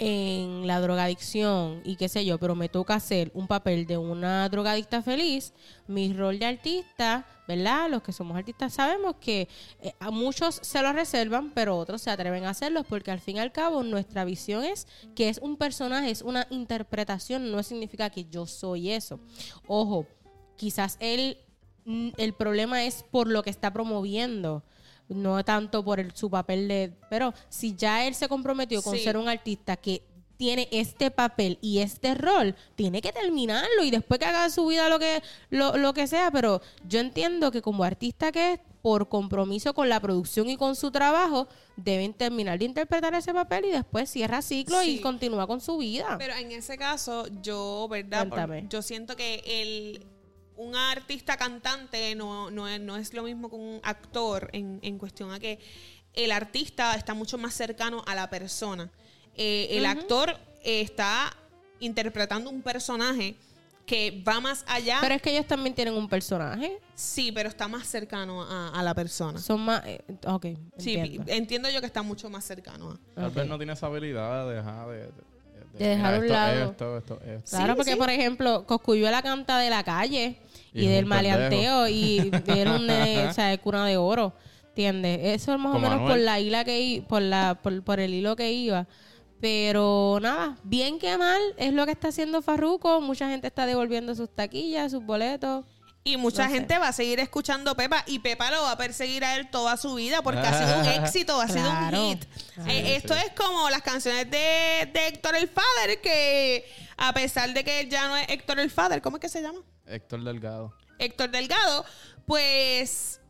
[SPEAKER 3] en la drogadicción y qué sé yo, pero me toca hacer un papel de una drogadicta feliz, mi rol de artista, ¿verdad? Los que somos artistas sabemos que eh, a muchos se lo reservan, pero otros se atreven a hacerlos porque al fin y al cabo nuestra visión es que es un personaje, es una interpretación, no significa que yo soy eso. Ojo, quizás él mm, el problema es por lo que está promoviendo, no tanto por el- su papel de... Pero si ya él se comprometió con
[SPEAKER 4] Sí.
[SPEAKER 3] ser un artista que tiene este papel y este rol, tiene que terminarlo y después que haga su vida lo que, lo, lo que sea, pero yo entiendo que como artista que es, por compromiso con la producción y con su trabajo, deben terminar de interpretar ese papel y después cierra ciclo y
[SPEAKER 4] Sí.
[SPEAKER 3] continúa con su vida.
[SPEAKER 4] Pero en ese caso, yo, ¿verdad? Por-
[SPEAKER 3] Cuéntame.
[SPEAKER 4] yo siento que el, un artista cantante no, no, es- no es lo mismo que un actor en, en cuestión a que el artista está mucho más cercano a la persona. Eh, el actor eh, está interpretando un personaje que va más allá.
[SPEAKER 3] Pero es que ellos también tienen un personaje,
[SPEAKER 4] sí, pero está más cercano a, a la persona.
[SPEAKER 3] son más... eh, ok,
[SPEAKER 4] Sí, pi-
[SPEAKER 3] entiendo.
[SPEAKER 5] eh,
[SPEAKER 4] entiendo. yo que está mucho más cercano a.
[SPEAKER 1] Tal vez
[SPEAKER 3] Ok.
[SPEAKER 1] no tiene esa habilidad de dejar de... de-
[SPEAKER 3] De dejar a un lado.
[SPEAKER 1] Esto, esto, esto.
[SPEAKER 3] Claro,
[SPEAKER 4] Sí,
[SPEAKER 3] porque
[SPEAKER 4] sí.
[SPEAKER 3] por ejemplo, Coscuyuela canta de la calle
[SPEAKER 1] Y
[SPEAKER 3] y,
[SPEAKER 1] es
[SPEAKER 3] del
[SPEAKER 1] un [LAUGHS]
[SPEAKER 3] maleanteo y era un nene, o sea, de cuna de oro, ¿entiendes? Eso es más o
[SPEAKER 1] Con
[SPEAKER 3] menos por
[SPEAKER 1] Manuel.
[SPEAKER 3] la hila que i- por la por, por el hilo que iba. Pero nada, bien que mal es lo que está haciendo Farruco, mucha gente está devolviendo sus taquillas, sus boletos.
[SPEAKER 4] Y mucha
[SPEAKER 3] No sé.
[SPEAKER 4] gente va a seguir escuchando Pepa y Pepa lo va a perseguir a él toda su vida porque ha sido
[SPEAKER 3] [LAUGHS]
[SPEAKER 4] un éxito, ha sido
[SPEAKER 3] Claro.
[SPEAKER 4] un hit.
[SPEAKER 3] Claro.
[SPEAKER 4] Eh, esto es como las canciones de, de Héctor el Father que a pesar de que ya no es Héctor el Father, ¿cómo es que se llama?
[SPEAKER 1] Héctor Delgado.
[SPEAKER 4] Héctor Delgado, pues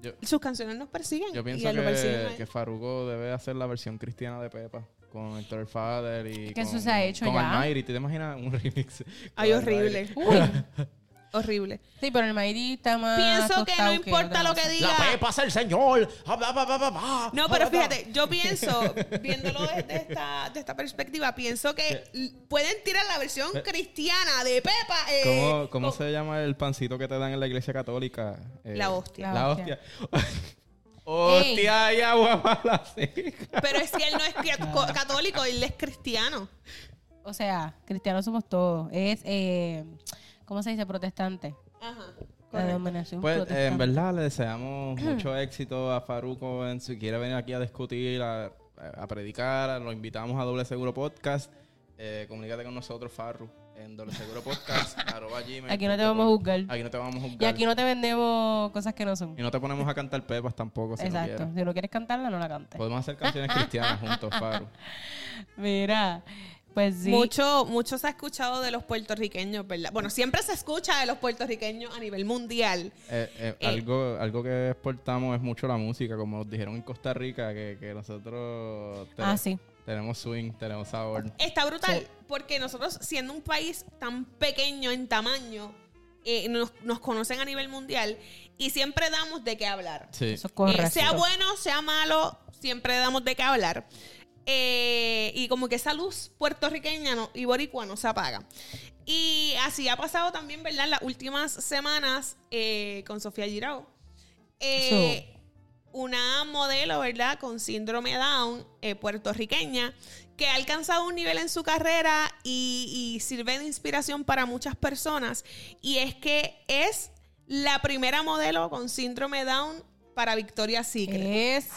[SPEAKER 1] Yo,
[SPEAKER 4] sus canciones nos persiguen.
[SPEAKER 1] yo
[SPEAKER 4] y
[SPEAKER 1] pienso
[SPEAKER 4] él lo persigue a
[SPEAKER 1] que,
[SPEAKER 4] él.
[SPEAKER 1] que Farugo debe hacer la versión cristiana de Pepa. Con Héctor el Father y
[SPEAKER 5] Es que eso
[SPEAKER 1] con-
[SPEAKER 5] se ha hecho
[SPEAKER 1] con
[SPEAKER 5] ya.
[SPEAKER 1] Almighty. ¿Te imaginas un [LAUGHS] remix? con
[SPEAKER 4] Ay,
[SPEAKER 1] Almighty?
[SPEAKER 4] horrible. horrible.
[SPEAKER 5] [LAUGHS] Sí, pero el Maidí está
[SPEAKER 3] Ah,
[SPEAKER 5] más.
[SPEAKER 4] Pienso que no
[SPEAKER 5] tostado
[SPEAKER 4] importa
[SPEAKER 5] otra
[SPEAKER 4] lo que
[SPEAKER 5] cosa.
[SPEAKER 4] diga.
[SPEAKER 1] es el Señor.
[SPEAKER 4] No, pero fíjate, yo pienso, viéndolo desde esta, de esta perspectiva, pienso que l- pueden tirar la versión cristiana de Pepa. eh,
[SPEAKER 1] ¿Cómo, cómo se llama el pancito que te dan en la iglesia católica? Eh,
[SPEAKER 4] La hostia.
[SPEAKER 1] La
[SPEAKER 5] La
[SPEAKER 1] hostia. [LAUGHS] Hostia y agua para la seca.
[SPEAKER 4] Pero es que él no es cri- co- católico, él es cristiano.
[SPEAKER 5] O sea, cristianos somos todos. Es, eh, ¿cómo se dice? Protestante.
[SPEAKER 4] Ajá.
[SPEAKER 5] La denominación
[SPEAKER 1] Pues eh,
[SPEAKER 5] protestante.
[SPEAKER 1] en verdad le
[SPEAKER 5] [CLEARS THROAT]
[SPEAKER 1] deseamos mucho éxito a Faruco en si quiere venir aquí a discutir, a, a predicar, a- lo invitamos a Doble Seguro Podcast. Eh, comunícate con nosotros, Farru, en doble seguro
[SPEAKER 5] [LAUGHS]
[SPEAKER 1] podcast, arroba gmail
[SPEAKER 5] Aquí no
[SPEAKER 1] punto
[SPEAKER 5] te
[SPEAKER 1] com.
[SPEAKER 5] vamos a juzgar.
[SPEAKER 1] Aquí no te vamos a juzgar.
[SPEAKER 5] Y aquí no te vendemos cosas que no son.
[SPEAKER 1] Y no te ponemos a cantar pepas tampoco, si no
[SPEAKER 5] Exacto.
[SPEAKER 1] quieres.
[SPEAKER 5] si no quieres cantarla, no la cantes.
[SPEAKER 1] Podemos hacer canciones
[SPEAKER 5] [LAUGHS]
[SPEAKER 1] cristianas juntos, Faru.
[SPEAKER 5] Mira, pues sí.
[SPEAKER 4] Mucho, mucho se ha escuchado de los puertorriqueños, ¿verdad? Bueno, siempre se escucha de los puertorriqueños a nivel mundial.
[SPEAKER 1] Eh, eh,
[SPEAKER 4] Eh.
[SPEAKER 1] algo, algo que exportamos es mucho la música, como nos dijeron en Costa Rica, que, que nosotros te-
[SPEAKER 5] Ah, sí.
[SPEAKER 1] Tenemos swing, tenemos sabor.
[SPEAKER 4] Está brutal porque nosotros, siendo un país tan pequeño en tamaño, eh, nos, nos conocen a nivel mundial y siempre damos de qué hablar.
[SPEAKER 1] Sí.
[SPEAKER 3] Eso es
[SPEAKER 4] Eh,
[SPEAKER 3] correcto.
[SPEAKER 4] sea bueno, sea malo, siempre damos de qué hablar. Eh, y como que esa luz puertorriqueña no- y boricua no se apaga. Y así ha pasado también, ¿verdad? En Las últimas semanas eh, con Sofía Girao. Eh, Una modelo, ¿verdad? Con síndrome Down, eh, puertorriqueña, que ha alcanzado un nivel en su carrera y, y sirve de inspiración para muchas personas. Y es que es la primera modelo con síndrome Down para Victoria's Secret.
[SPEAKER 3] Eso.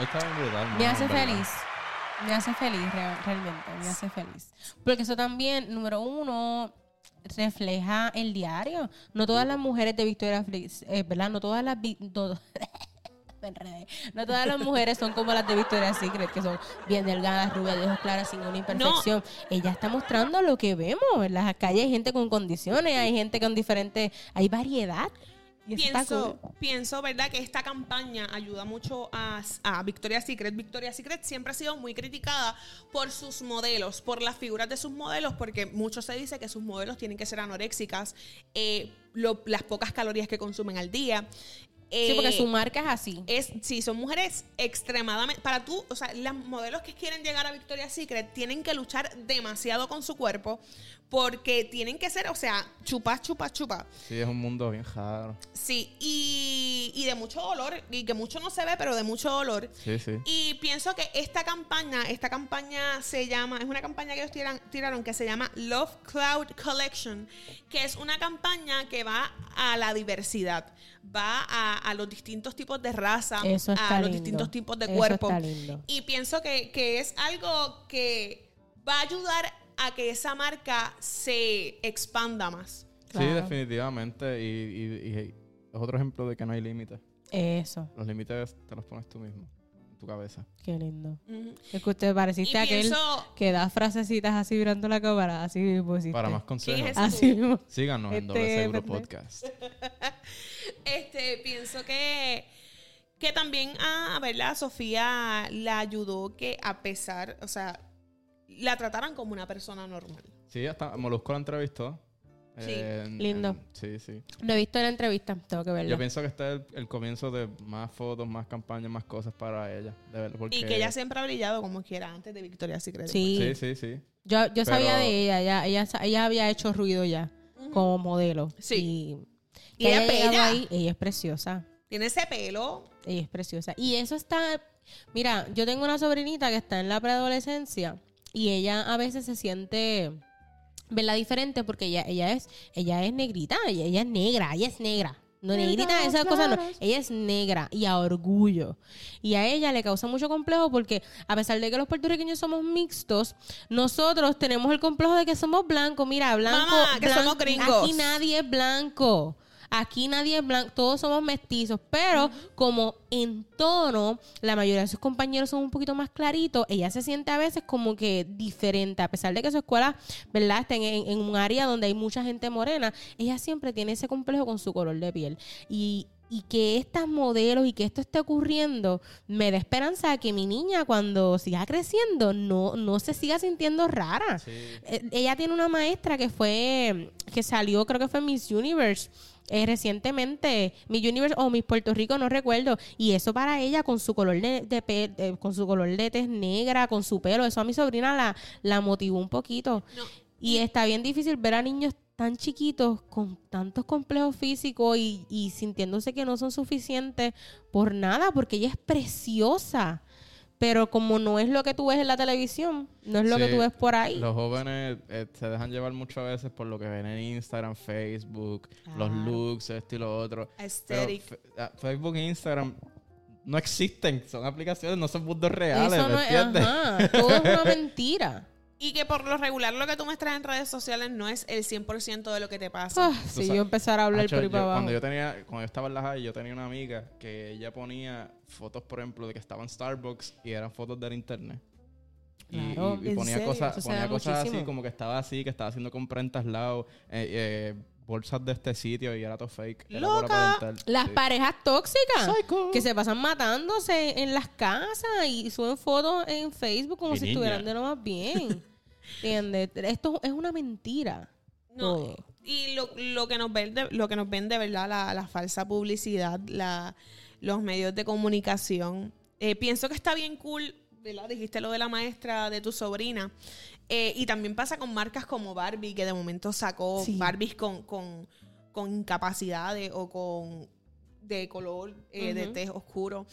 [SPEAKER 1] Está bien brutal.
[SPEAKER 3] Me
[SPEAKER 1] mano,
[SPEAKER 3] hace
[SPEAKER 1] en verdad.
[SPEAKER 3] feliz. Me hace feliz, rea- realmente. Me hace feliz. Porque eso también, número uno, refleja el diario. No todas las mujeres de Victoria Fris, ¿verdad? No [LAUGHS] todas las. vi- to- Me enredé. No todas las mujeres son como las de Victoria's Secret, que son bien delgadas, rubias, de ojos claros, sin una imperfección. Ella está mostrando lo que vemos. En las calles hay gente con condiciones, hay gente con diferentes. Hay variedad. Y eso está
[SPEAKER 4] Pienso,
[SPEAKER 3] cool.
[SPEAKER 4] pienso, ¿verdad? Que esta campaña ayuda mucho a, a Victoria's Secret. Victoria's Secret siempre ha sido muy criticada por sus modelos, por las figuras de sus modelos, porque mucho se dice que sus modelos tienen que ser anoréxicas, eh, lo- las pocas calorías que consumen al día.
[SPEAKER 3] Sí, porque
[SPEAKER 4] Eh,
[SPEAKER 3] su marca es así.
[SPEAKER 4] es, sí, son mujeres extremadamente. Para tú, o sea, las modelos que quieren llegar a Victoria's Secret tienen que luchar demasiado con su cuerpo porque tienen que ser, o sea, chupa, chupa, chupa.
[SPEAKER 1] Sí, es un mundo bien raro.
[SPEAKER 4] Sí, y, y de mucho dolor, y que mucho no se ve, pero de mucho dolor.
[SPEAKER 1] Sí, sí.
[SPEAKER 4] Y pienso que esta campaña, esta campaña se llama, es una campaña que ellos tiran- tiraron que se llama Love Cloud Collection, que es una campaña que va a la diversidad, va a, a los distintos tipos de raza,
[SPEAKER 3] Eso
[SPEAKER 4] a
[SPEAKER 3] está
[SPEAKER 4] los
[SPEAKER 3] lindo.
[SPEAKER 4] distintos tipos de
[SPEAKER 3] Eso
[SPEAKER 4] cuerpo.
[SPEAKER 3] está lindo.
[SPEAKER 4] Y pienso que, que es algo que va a ayudar a que esa marca se expanda más.
[SPEAKER 3] Claro.
[SPEAKER 1] Sí, definitivamente. Y, y- y- y es otro ejemplo de que no hay límites.
[SPEAKER 3] Eso.
[SPEAKER 1] Los límites te los pones tú mismo, en tu cabeza.
[SPEAKER 3] Qué lindo.
[SPEAKER 4] Ujú.
[SPEAKER 3] Es que usted
[SPEAKER 4] Y
[SPEAKER 3] pareciste aquel
[SPEAKER 4] pienso,
[SPEAKER 3] que da frasecitas así mirando la cámara, así mismo pusiste.
[SPEAKER 1] Para más
[SPEAKER 4] Este, ¿Quién
[SPEAKER 1] consejos,
[SPEAKER 4] es?
[SPEAKER 3] Así mismo.
[SPEAKER 1] síganos en
[SPEAKER 3] Este
[SPEAKER 1] WC
[SPEAKER 3] es
[SPEAKER 1] Group
[SPEAKER 3] verdad.
[SPEAKER 1] Podcast.
[SPEAKER 4] Este, pienso que, que también a, ¿verdad? Sofía la ayudó que a pesar, o sea, la trataran como una persona normal.
[SPEAKER 1] Sí, hasta Molusco la entrevistó.
[SPEAKER 4] Sí,
[SPEAKER 1] en-
[SPEAKER 3] lindo.
[SPEAKER 1] en- sí, sí.
[SPEAKER 3] No he visto la entrevista, tengo que verla.
[SPEAKER 1] Yo pienso que está el, el comienzo de más fotos, más campañas, más cosas para ella. De verdad, porque...
[SPEAKER 4] Y que ella siempre ha brillado como quiera antes de Victoria's Secret.
[SPEAKER 3] sí.
[SPEAKER 1] Sí, sí, sí.
[SPEAKER 3] Yo, yo sabía
[SPEAKER 1] Pero-
[SPEAKER 3] de ella, ella, ella, sa- ella había hecho ruido ya como modelo.
[SPEAKER 4] Sí.
[SPEAKER 3] Y,
[SPEAKER 4] Y
[SPEAKER 3] que
[SPEAKER 4] ella
[SPEAKER 3] haya llegado
[SPEAKER 4] bella.
[SPEAKER 3] ahí, ella es preciosa.
[SPEAKER 4] Tiene ese pelo.
[SPEAKER 3] Ella es preciosa. Y eso está. Mira, yo tengo una sobrinita que está en la preadolescencia y ella a veces se siente. ¿Verdad? Diferente porque ella, ella es ella es negrita, ella, ella es negra, ella es negra. No, negrita, esas cosas no. Ella es negra y a orgullo. Y a ella le causa mucho complejo porque, a pesar de que los puertorriqueños somos mixtos, nosotros tenemos el complejo de que somos blancos. Mira, blanco.
[SPEAKER 4] Mamá, que
[SPEAKER 3] blan-
[SPEAKER 4] somos gringos.
[SPEAKER 3] Aquí nadie es blanco. Aquí nadie es blanco, todos somos mestizos, pero como en tono, la mayoría de sus compañeros son un poquito más claritos, ella se siente a veces como que diferente, a pesar de que su escuela, ¿verdad?, está en, en- en un área donde hay mucha gente morena, ella siempre tiene ese complejo con su color de piel. Y, y que estas modelos y que esto esté ocurriendo, me da esperanza de que mi niña cuando siga creciendo no, no se siga sintiendo rara. Eh, Ella tiene una maestra que fue, que salió, creo que fue Miss Universe. eh, recientemente, Miss Universe o Miss Puerto Rico, no recuerdo. Y eso para ella, con su color de, de pe- eh, con su color de tez negra, con su pelo, eso a mi sobrina la, la motivó un poquito.
[SPEAKER 4] No.
[SPEAKER 3] Y está bien difícil ver a niños tan chiquitos con tantos complejos físicos y, y sintiéndose que no son suficientes por nada, porque ella es preciosa. Pero como no es lo que tú ves en la televisión, no es lo que
[SPEAKER 1] Sí,
[SPEAKER 3] tú ves por ahí.
[SPEAKER 1] Los jóvenes eh, se dejan llevar muchas veces por lo que ven en Instagram, Facebook, los looks, esto y lo otro. Pero
[SPEAKER 4] Aesthetic.
[SPEAKER 1] fe- ah, Facebook e Instagram no existen, son aplicaciones, no son mundos reales,
[SPEAKER 3] Eso
[SPEAKER 1] ¿me
[SPEAKER 3] no es,
[SPEAKER 1] entiendes?
[SPEAKER 3] ajá, todo es una mentira.
[SPEAKER 4] Y que por lo regular lo que tú muestras en redes sociales no es el 100% de lo que te
[SPEAKER 3] [LAUGHS]
[SPEAKER 4] pasa.
[SPEAKER 3] Ah, si
[SPEAKER 1] sabes-
[SPEAKER 3] yo empezara a hablar
[SPEAKER 1] Hacho,
[SPEAKER 3] por ahí
[SPEAKER 1] yo-
[SPEAKER 3] para abajo.
[SPEAKER 1] Cuando yo tenía, cuando yo estaba en la high, yo tenía una amiga que ella ponía fotos, por ejemplo, de que estaba en Starbucks y eran fotos del internet. Y,
[SPEAKER 3] Claro.
[SPEAKER 1] y- y
[SPEAKER 3] ¿En
[SPEAKER 1] ponía
[SPEAKER 3] serio?
[SPEAKER 1] cosas,
[SPEAKER 3] Eso se
[SPEAKER 1] ponía
[SPEAKER 3] da
[SPEAKER 1] cosas así,
[SPEAKER 3] muchísimo.
[SPEAKER 1] como que estaba así, que estaba haciendo compra en tas lados, eh, eh, bolsas de este sitio y era todo fake. Era
[SPEAKER 4] Loca.
[SPEAKER 1] para aparentar.
[SPEAKER 3] Las
[SPEAKER 1] Sí.
[SPEAKER 3] parejas tóxicas
[SPEAKER 1] Psycho.
[SPEAKER 3] que se pasan matándose en las casas y suben fotos en Facebook como
[SPEAKER 6] Mi
[SPEAKER 3] si
[SPEAKER 6] niña.
[SPEAKER 3] estuvieran de lo más [LAUGHS] bien. ¿Entiendes? Esto es una mentira.
[SPEAKER 4] No,
[SPEAKER 3] Todo.
[SPEAKER 4] y lo, lo que nos ven de, lo que nos ven de verdad, la, la falsa publicidad, la, los medios de comunicación. Eh, pienso que está bien cool, ¿verdad? Dijiste lo de la maestra de tu sobrina. Eh, y también pasa con marcas como Barbie, que de momento sacó
[SPEAKER 3] Sí.
[SPEAKER 4] Barbies con, con, con incapacidades o con de color, eh, de tez oscuro.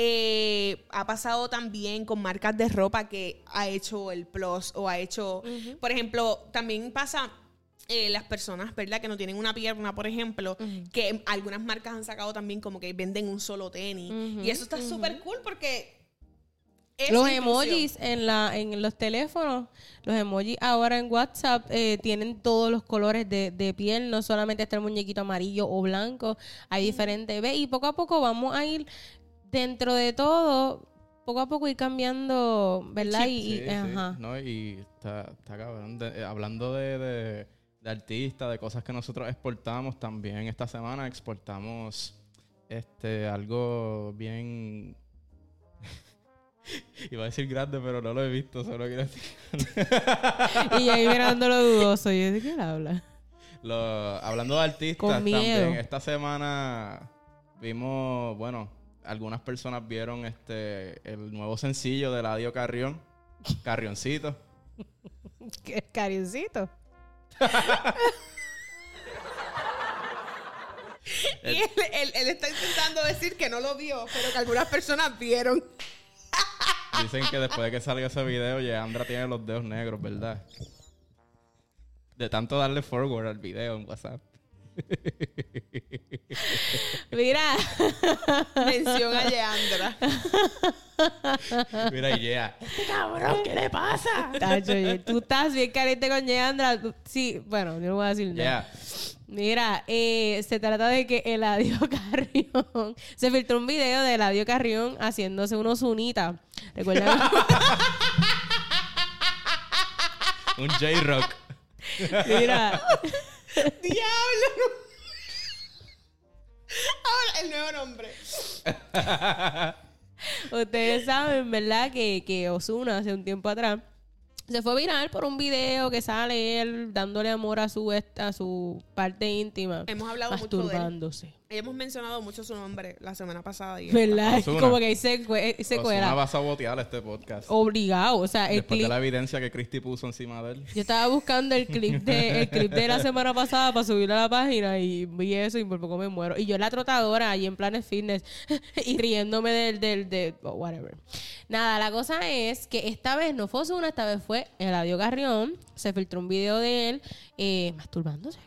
[SPEAKER 4] Eh, ha pasado también con marcas de ropa que ha hecho el plus o ha hecho, por ejemplo, también pasa eh, las personas, ¿verdad? Que no tienen una pierna, por ejemplo, que algunas marcas han sacado también como que venden un solo tenis. Y eso está súper cool porque... es
[SPEAKER 3] los
[SPEAKER 4] inclusión.
[SPEAKER 3] emojis en la en los teléfonos, los emojis ahora en WhatsApp eh, tienen todos los colores de, de piel, no solamente está el muñequito amarillo o blanco, hay diferentes. Ve, y poco a poco vamos a ir dentro de todo, poco a poco ir cambiando, ¿verdad? Y,
[SPEAKER 1] Sí,
[SPEAKER 3] y-
[SPEAKER 1] sí,
[SPEAKER 3] ajá.
[SPEAKER 1] ¿no? Y está, está cabrón. De- eh, hablando de, de- de artistas, de cosas que nosotros exportamos, también esta semana exportamos este algo bien. [LAUGHS] Iba a decir grande, pero no lo he visto, solo quiero decir.
[SPEAKER 3] [LAUGHS]
[SPEAKER 1] [LAUGHS]
[SPEAKER 3] Y ahí mirando lo dudoso, yo de qué él habla.
[SPEAKER 1] Lo- hablando de artistas
[SPEAKER 3] Con miedo.
[SPEAKER 1] también, esta semana vimos, bueno, algunas personas vieron este el nuevo sencillo de Ladio Carrión, Carrioncito.
[SPEAKER 3] Qué carioncito.
[SPEAKER 4] [LAUGHS] Y él, él- él está intentando decir que no lo vio, pero que algunas
[SPEAKER 3] [LAUGHS]
[SPEAKER 4] personas vieron.
[SPEAKER 1] Dicen que después de que salga ese video, Yeandra tiene los dedos negros, ¿verdad? De tanto darle forward al video en WhatsApp.
[SPEAKER 3] Mira,
[SPEAKER 4] Mención a Leandra.
[SPEAKER 1] Mira, y yeah.
[SPEAKER 3] [LAUGHS] tacho, oye, tú estás bien caliente con Yeandra. tú- Sí, bueno, yo no voy a decir nada.
[SPEAKER 1] Yeah.
[SPEAKER 3] Mira, eh, se trata de que Eladio [LAUGHS] Carrión se filtró un video de Eladio Carrión haciéndose unos unitas.
[SPEAKER 1] [LAUGHS]
[SPEAKER 3] ¿Recuerdan?
[SPEAKER 1] Un J-Rock.
[SPEAKER 3] Mira,
[SPEAKER 4] ¡Diablo! [LAUGHS] Ahora, el nuevo nombre.
[SPEAKER 3] ustedes saben, ¿verdad? Que, que Osuna hace un tiempo atrás se fue viral por un video que sale él dándole amor a su est- a su parte íntima,
[SPEAKER 4] Hemos hablado mucho de él.
[SPEAKER 3] masturbándose.
[SPEAKER 4] Hemos mencionado mucho su nombre la semana pasada. Y
[SPEAKER 3] ¿Verdad?
[SPEAKER 1] Ozuna.
[SPEAKER 3] Como que ahí se, cue- se
[SPEAKER 1] Ozuna
[SPEAKER 3] cuela.
[SPEAKER 1] va a sabotear este podcast.
[SPEAKER 3] Obligado, o sea, el
[SPEAKER 1] Después de
[SPEAKER 3] clip
[SPEAKER 1] la evidencia que Christy puso encima de él.
[SPEAKER 3] Yo estaba buscando el clip de el clip de la semana pasada para subirlo a la página y vi eso y por poco me muero. Y yo en la trotadora y en planes fitness [LAUGHS] y riéndome del del de oh, whatever. Nada, la cosa es que esta vez no fue una, esta vez fue Eladio Carrión. Se filtró un video de él eh, masturbándose.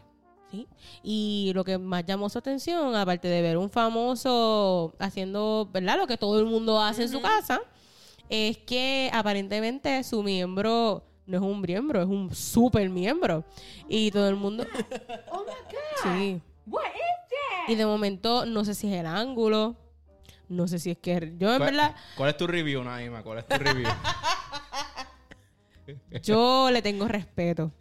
[SPEAKER 3] ¿sí? Y lo que más llamó su atención, aparte de ver un famoso haciendo, ¿verdad? Lo que todo el mundo hace en su casa, es que aparentemente su miembro no es un miembro, es un super miembro. Y todo el mundo... Sí. Y de momento, no sé si es el ángulo, no sé si es que... Yo
[SPEAKER 1] ¿Cuál,
[SPEAKER 3] en verdad,
[SPEAKER 1] cuál es tu review, Naima? ¿Cuál es tu review?
[SPEAKER 3] yo le tengo respeto.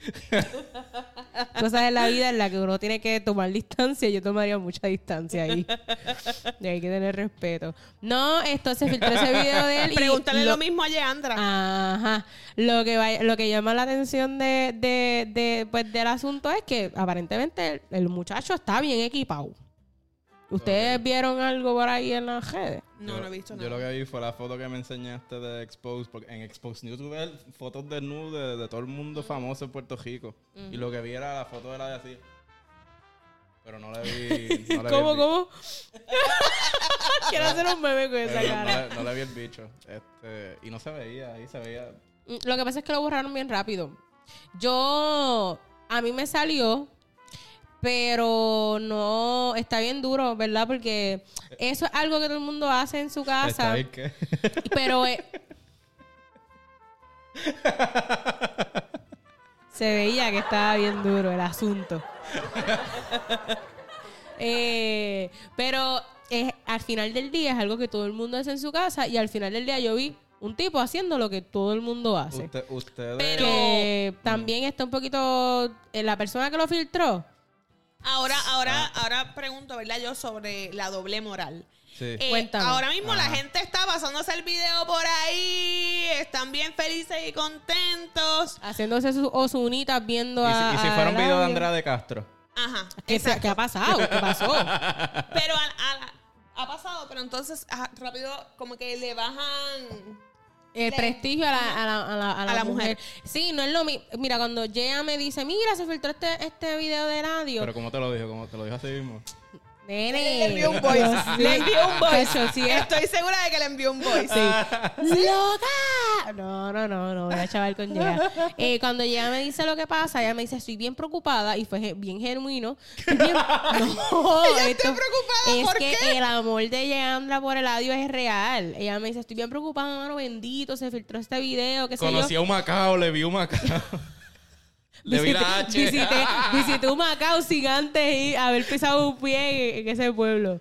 [SPEAKER 3] Cosas en la vida en las que uno tiene que tomar distancia. Yo tomaría mucha distancia ahí. Y hay que tener respeto. No, esto se filtró ese video de él. y
[SPEAKER 4] Pregúntale lo,
[SPEAKER 3] lo- Ah.
[SPEAKER 4] mismo a Leandra.
[SPEAKER 3] Ajá. Lo que, va- lo que llama la atención de, de- de, pues, del asunto es que aparentemente el, el muchacho está bien equipado. ¿Ustedes vieron algo por ahí en las redes?
[SPEAKER 4] no,
[SPEAKER 1] Yo-
[SPEAKER 4] no he visto
[SPEAKER 1] Yo lo
[SPEAKER 4] nada.
[SPEAKER 1] que vi fue la foto que me enseñaste de Expose, porque en Expose News tuve el- fotos de nude de, de todo el mundo famoso en Puerto Rico. Y lo que vi era la foto de la de así. Pero no la vi. No le
[SPEAKER 3] ¿Cómo,
[SPEAKER 1] vi el bicho.
[SPEAKER 3] cómo? [LAUGHS] Quiero hacer un meme con esa
[SPEAKER 1] Pero
[SPEAKER 3] cara.
[SPEAKER 1] Eh, no, le, no le vi el bicho. Este, y no se veía, ahí se veía.
[SPEAKER 3] Mm, Lo que pasa es que lo borraron bien rápido. Yo, a mí me salió, pero no, está bien duro, ¿verdad? Porque eso es algo que todo el mundo hace en su
[SPEAKER 1] Está
[SPEAKER 3] casa.
[SPEAKER 1] bien que. [LAUGHS]
[SPEAKER 3] Pero eh, se veía que estaba bien duro el asunto. [LAUGHS] Eh, pero es- al final del día es algo que todo el mundo hace en su casa y al final del día yo vi un tipo haciendo lo que todo el mundo hace
[SPEAKER 1] Usted- ustedes.
[SPEAKER 3] que también está un poquito eh, la persona que lo filtró
[SPEAKER 4] Ahora, ahora,
[SPEAKER 1] Ah.
[SPEAKER 4] ahora pregunto, ¿verdad? Yo sobre la doble moral.
[SPEAKER 1] Sí.
[SPEAKER 4] Eh,
[SPEAKER 3] Cuéntame.
[SPEAKER 4] Ahora mismo la
[SPEAKER 1] Ajá.
[SPEAKER 4] gente está pasándose el video por ahí, están bien felices y contentos.
[SPEAKER 3] Haciéndose sus osunitas viendo
[SPEAKER 1] y,
[SPEAKER 3] a.
[SPEAKER 1] si, y si
[SPEAKER 3] a
[SPEAKER 1] fuera un video de
[SPEAKER 3] Eladio.
[SPEAKER 1] Andrade Castro. [LAUGHS]
[SPEAKER 4] Ajá.
[SPEAKER 3] ¿Qué, se-
[SPEAKER 4] exacto.
[SPEAKER 3] qué ha pasado? ¿Qué pasó?
[SPEAKER 4] Pero a- a- ha pasado, pero entonces ajá, rápido como que le bajan...
[SPEAKER 3] El
[SPEAKER 4] Le-
[SPEAKER 3] Eh, prestigio a la, a la- a la- a la
[SPEAKER 4] A la
[SPEAKER 3] mujer.
[SPEAKER 4] mujer.
[SPEAKER 3] Sí, no es lo mismo. Mira, cuando Jea me dice, mira, se filtró este, este video de radio.
[SPEAKER 1] Pero como te lo dijo, como te lo dijo así mismo.
[SPEAKER 3] Nene.
[SPEAKER 4] Le envió un voice. Le envió un voice.
[SPEAKER 3] Eso sí es.
[SPEAKER 4] Estoy segura de que le envió un voice.
[SPEAKER 3] ¡Loca! No, no, no, no, voy a chaval con Jea. Eh, cuando Jea me dice lo que pasa, ella me dice, estoy bien preocupada y fue ge- bien genuino. Estoy
[SPEAKER 4] [LAUGHS]
[SPEAKER 3] bien- No, esto-
[SPEAKER 4] preocupada,
[SPEAKER 3] es
[SPEAKER 4] ¿por
[SPEAKER 3] que
[SPEAKER 4] qué?
[SPEAKER 3] el amor de Yeandra por el audio es real. Ella me dice, estoy bien preocupada, mano bendito, se filtró este video, qué sé yo.
[SPEAKER 1] Conocí a un macao, le vi un macao. le vi la H.
[SPEAKER 3] Visité, visité un Macao sin antes y haber pisado un pie en, en ese pueblo.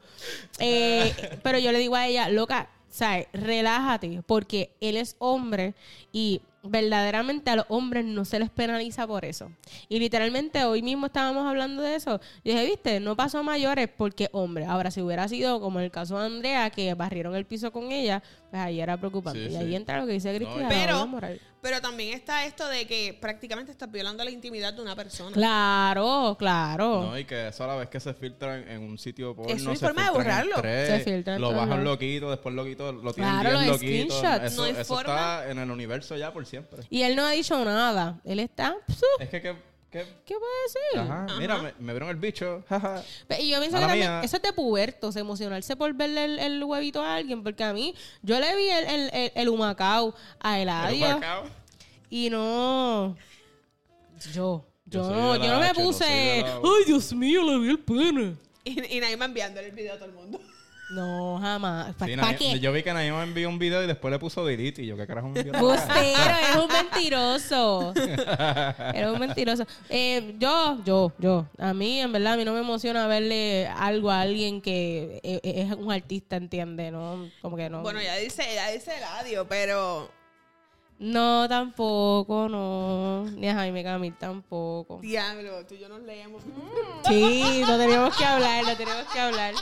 [SPEAKER 3] Eh, pero yo le digo a ella, loca, ¿sabes? Relájate, porque él es hombre y verdaderamente a los hombres no se les penaliza por eso. Y literalmente hoy mismo estábamos hablando de eso. Yo dije, viste, no pasó a mayores porque hombre. Ahora, si hubiera sido como en el caso de Andrea, que barrieron el piso con ella, pues ahí era preocupante.
[SPEAKER 1] Sí,
[SPEAKER 3] y ahí
[SPEAKER 1] sí.
[SPEAKER 3] entra lo que dice Cristina. la
[SPEAKER 4] pero-
[SPEAKER 3] doble moral.
[SPEAKER 4] Pero también está esto de que prácticamente estás violando la intimidad de una persona.
[SPEAKER 3] Claro, claro.
[SPEAKER 1] No, y que eso a la vez que se filtran en un sitio porno.
[SPEAKER 4] Eso no hay
[SPEAKER 1] se
[SPEAKER 4] forma de
[SPEAKER 1] filtran en
[SPEAKER 4] borrarlo.
[SPEAKER 1] tres,
[SPEAKER 3] Se filtra en
[SPEAKER 1] Lo
[SPEAKER 3] todos
[SPEAKER 1] bajan
[SPEAKER 3] lados.
[SPEAKER 1] loquito, después loquito lo tienen
[SPEAKER 3] Claro,
[SPEAKER 1] bien
[SPEAKER 3] los
[SPEAKER 1] loquito.
[SPEAKER 3] screenshots.
[SPEAKER 1] Eso,
[SPEAKER 4] No hay
[SPEAKER 1] eso
[SPEAKER 4] forma.
[SPEAKER 1] está en el universo ya por siempre.
[SPEAKER 3] Y él no ha dicho nada. Él está. "Psu,
[SPEAKER 1] Es que, que, que-
[SPEAKER 3] ¿Qué puede decir?
[SPEAKER 1] ajá, mira, me, me vieron el bicho. [LAUGHS] jaja.
[SPEAKER 3] Pe- Y yo pienso
[SPEAKER 1] Mala
[SPEAKER 3] que también
[SPEAKER 1] mía.
[SPEAKER 3] eso es de pubertos, emocionarse por verle el, el huevito a alguien. Porque a mí, yo le vi el, el, el, el humacao a
[SPEAKER 1] Era
[SPEAKER 3] Eladio
[SPEAKER 1] un macao.
[SPEAKER 3] y no. Yo. Yo,
[SPEAKER 1] Yo soy
[SPEAKER 3] no,
[SPEAKER 1] de la
[SPEAKER 3] yo no me
[SPEAKER 1] H, yo
[SPEAKER 3] puse.
[SPEAKER 1] soy de la U.
[SPEAKER 3] Ay, Dios mío, le vi el pene.
[SPEAKER 4] [LAUGHS] Y, y nadie me enviándole el video a todo el mundo.
[SPEAKER 3] No, jamás. ¿Para
[SPEAKER 1] Sí, Naima-
[SPEAKER 3] qué?
[SPEAKER 1] Yo vi que Naima me envió un video y después le puso delete. Y yo, ¿qué carajo me envió?
[SPEAKER 3] Pues,
[SPEAKER 1] Ah,
[SPEAKER 3] Bustero, es un mentiroso. Era un mentiroso. Eh, yo, yo, yo. A mí, en verdad, a mí no me emociona verle algo a alguien que eh, eh, es un artista, entiende, ¿no? Como que no.
[SPEAKER 4] Bueno, ya dice, ya dice el adiós, pero
[SPEAKER 3] No, tampoco, no. Ni a Jaime Camil tampoco.
[SPEAKER 4] diablo, tú y yo nos leemos.
[SPEAKER 3] Sí, no tenemos que hablar, no tenemos que hablar.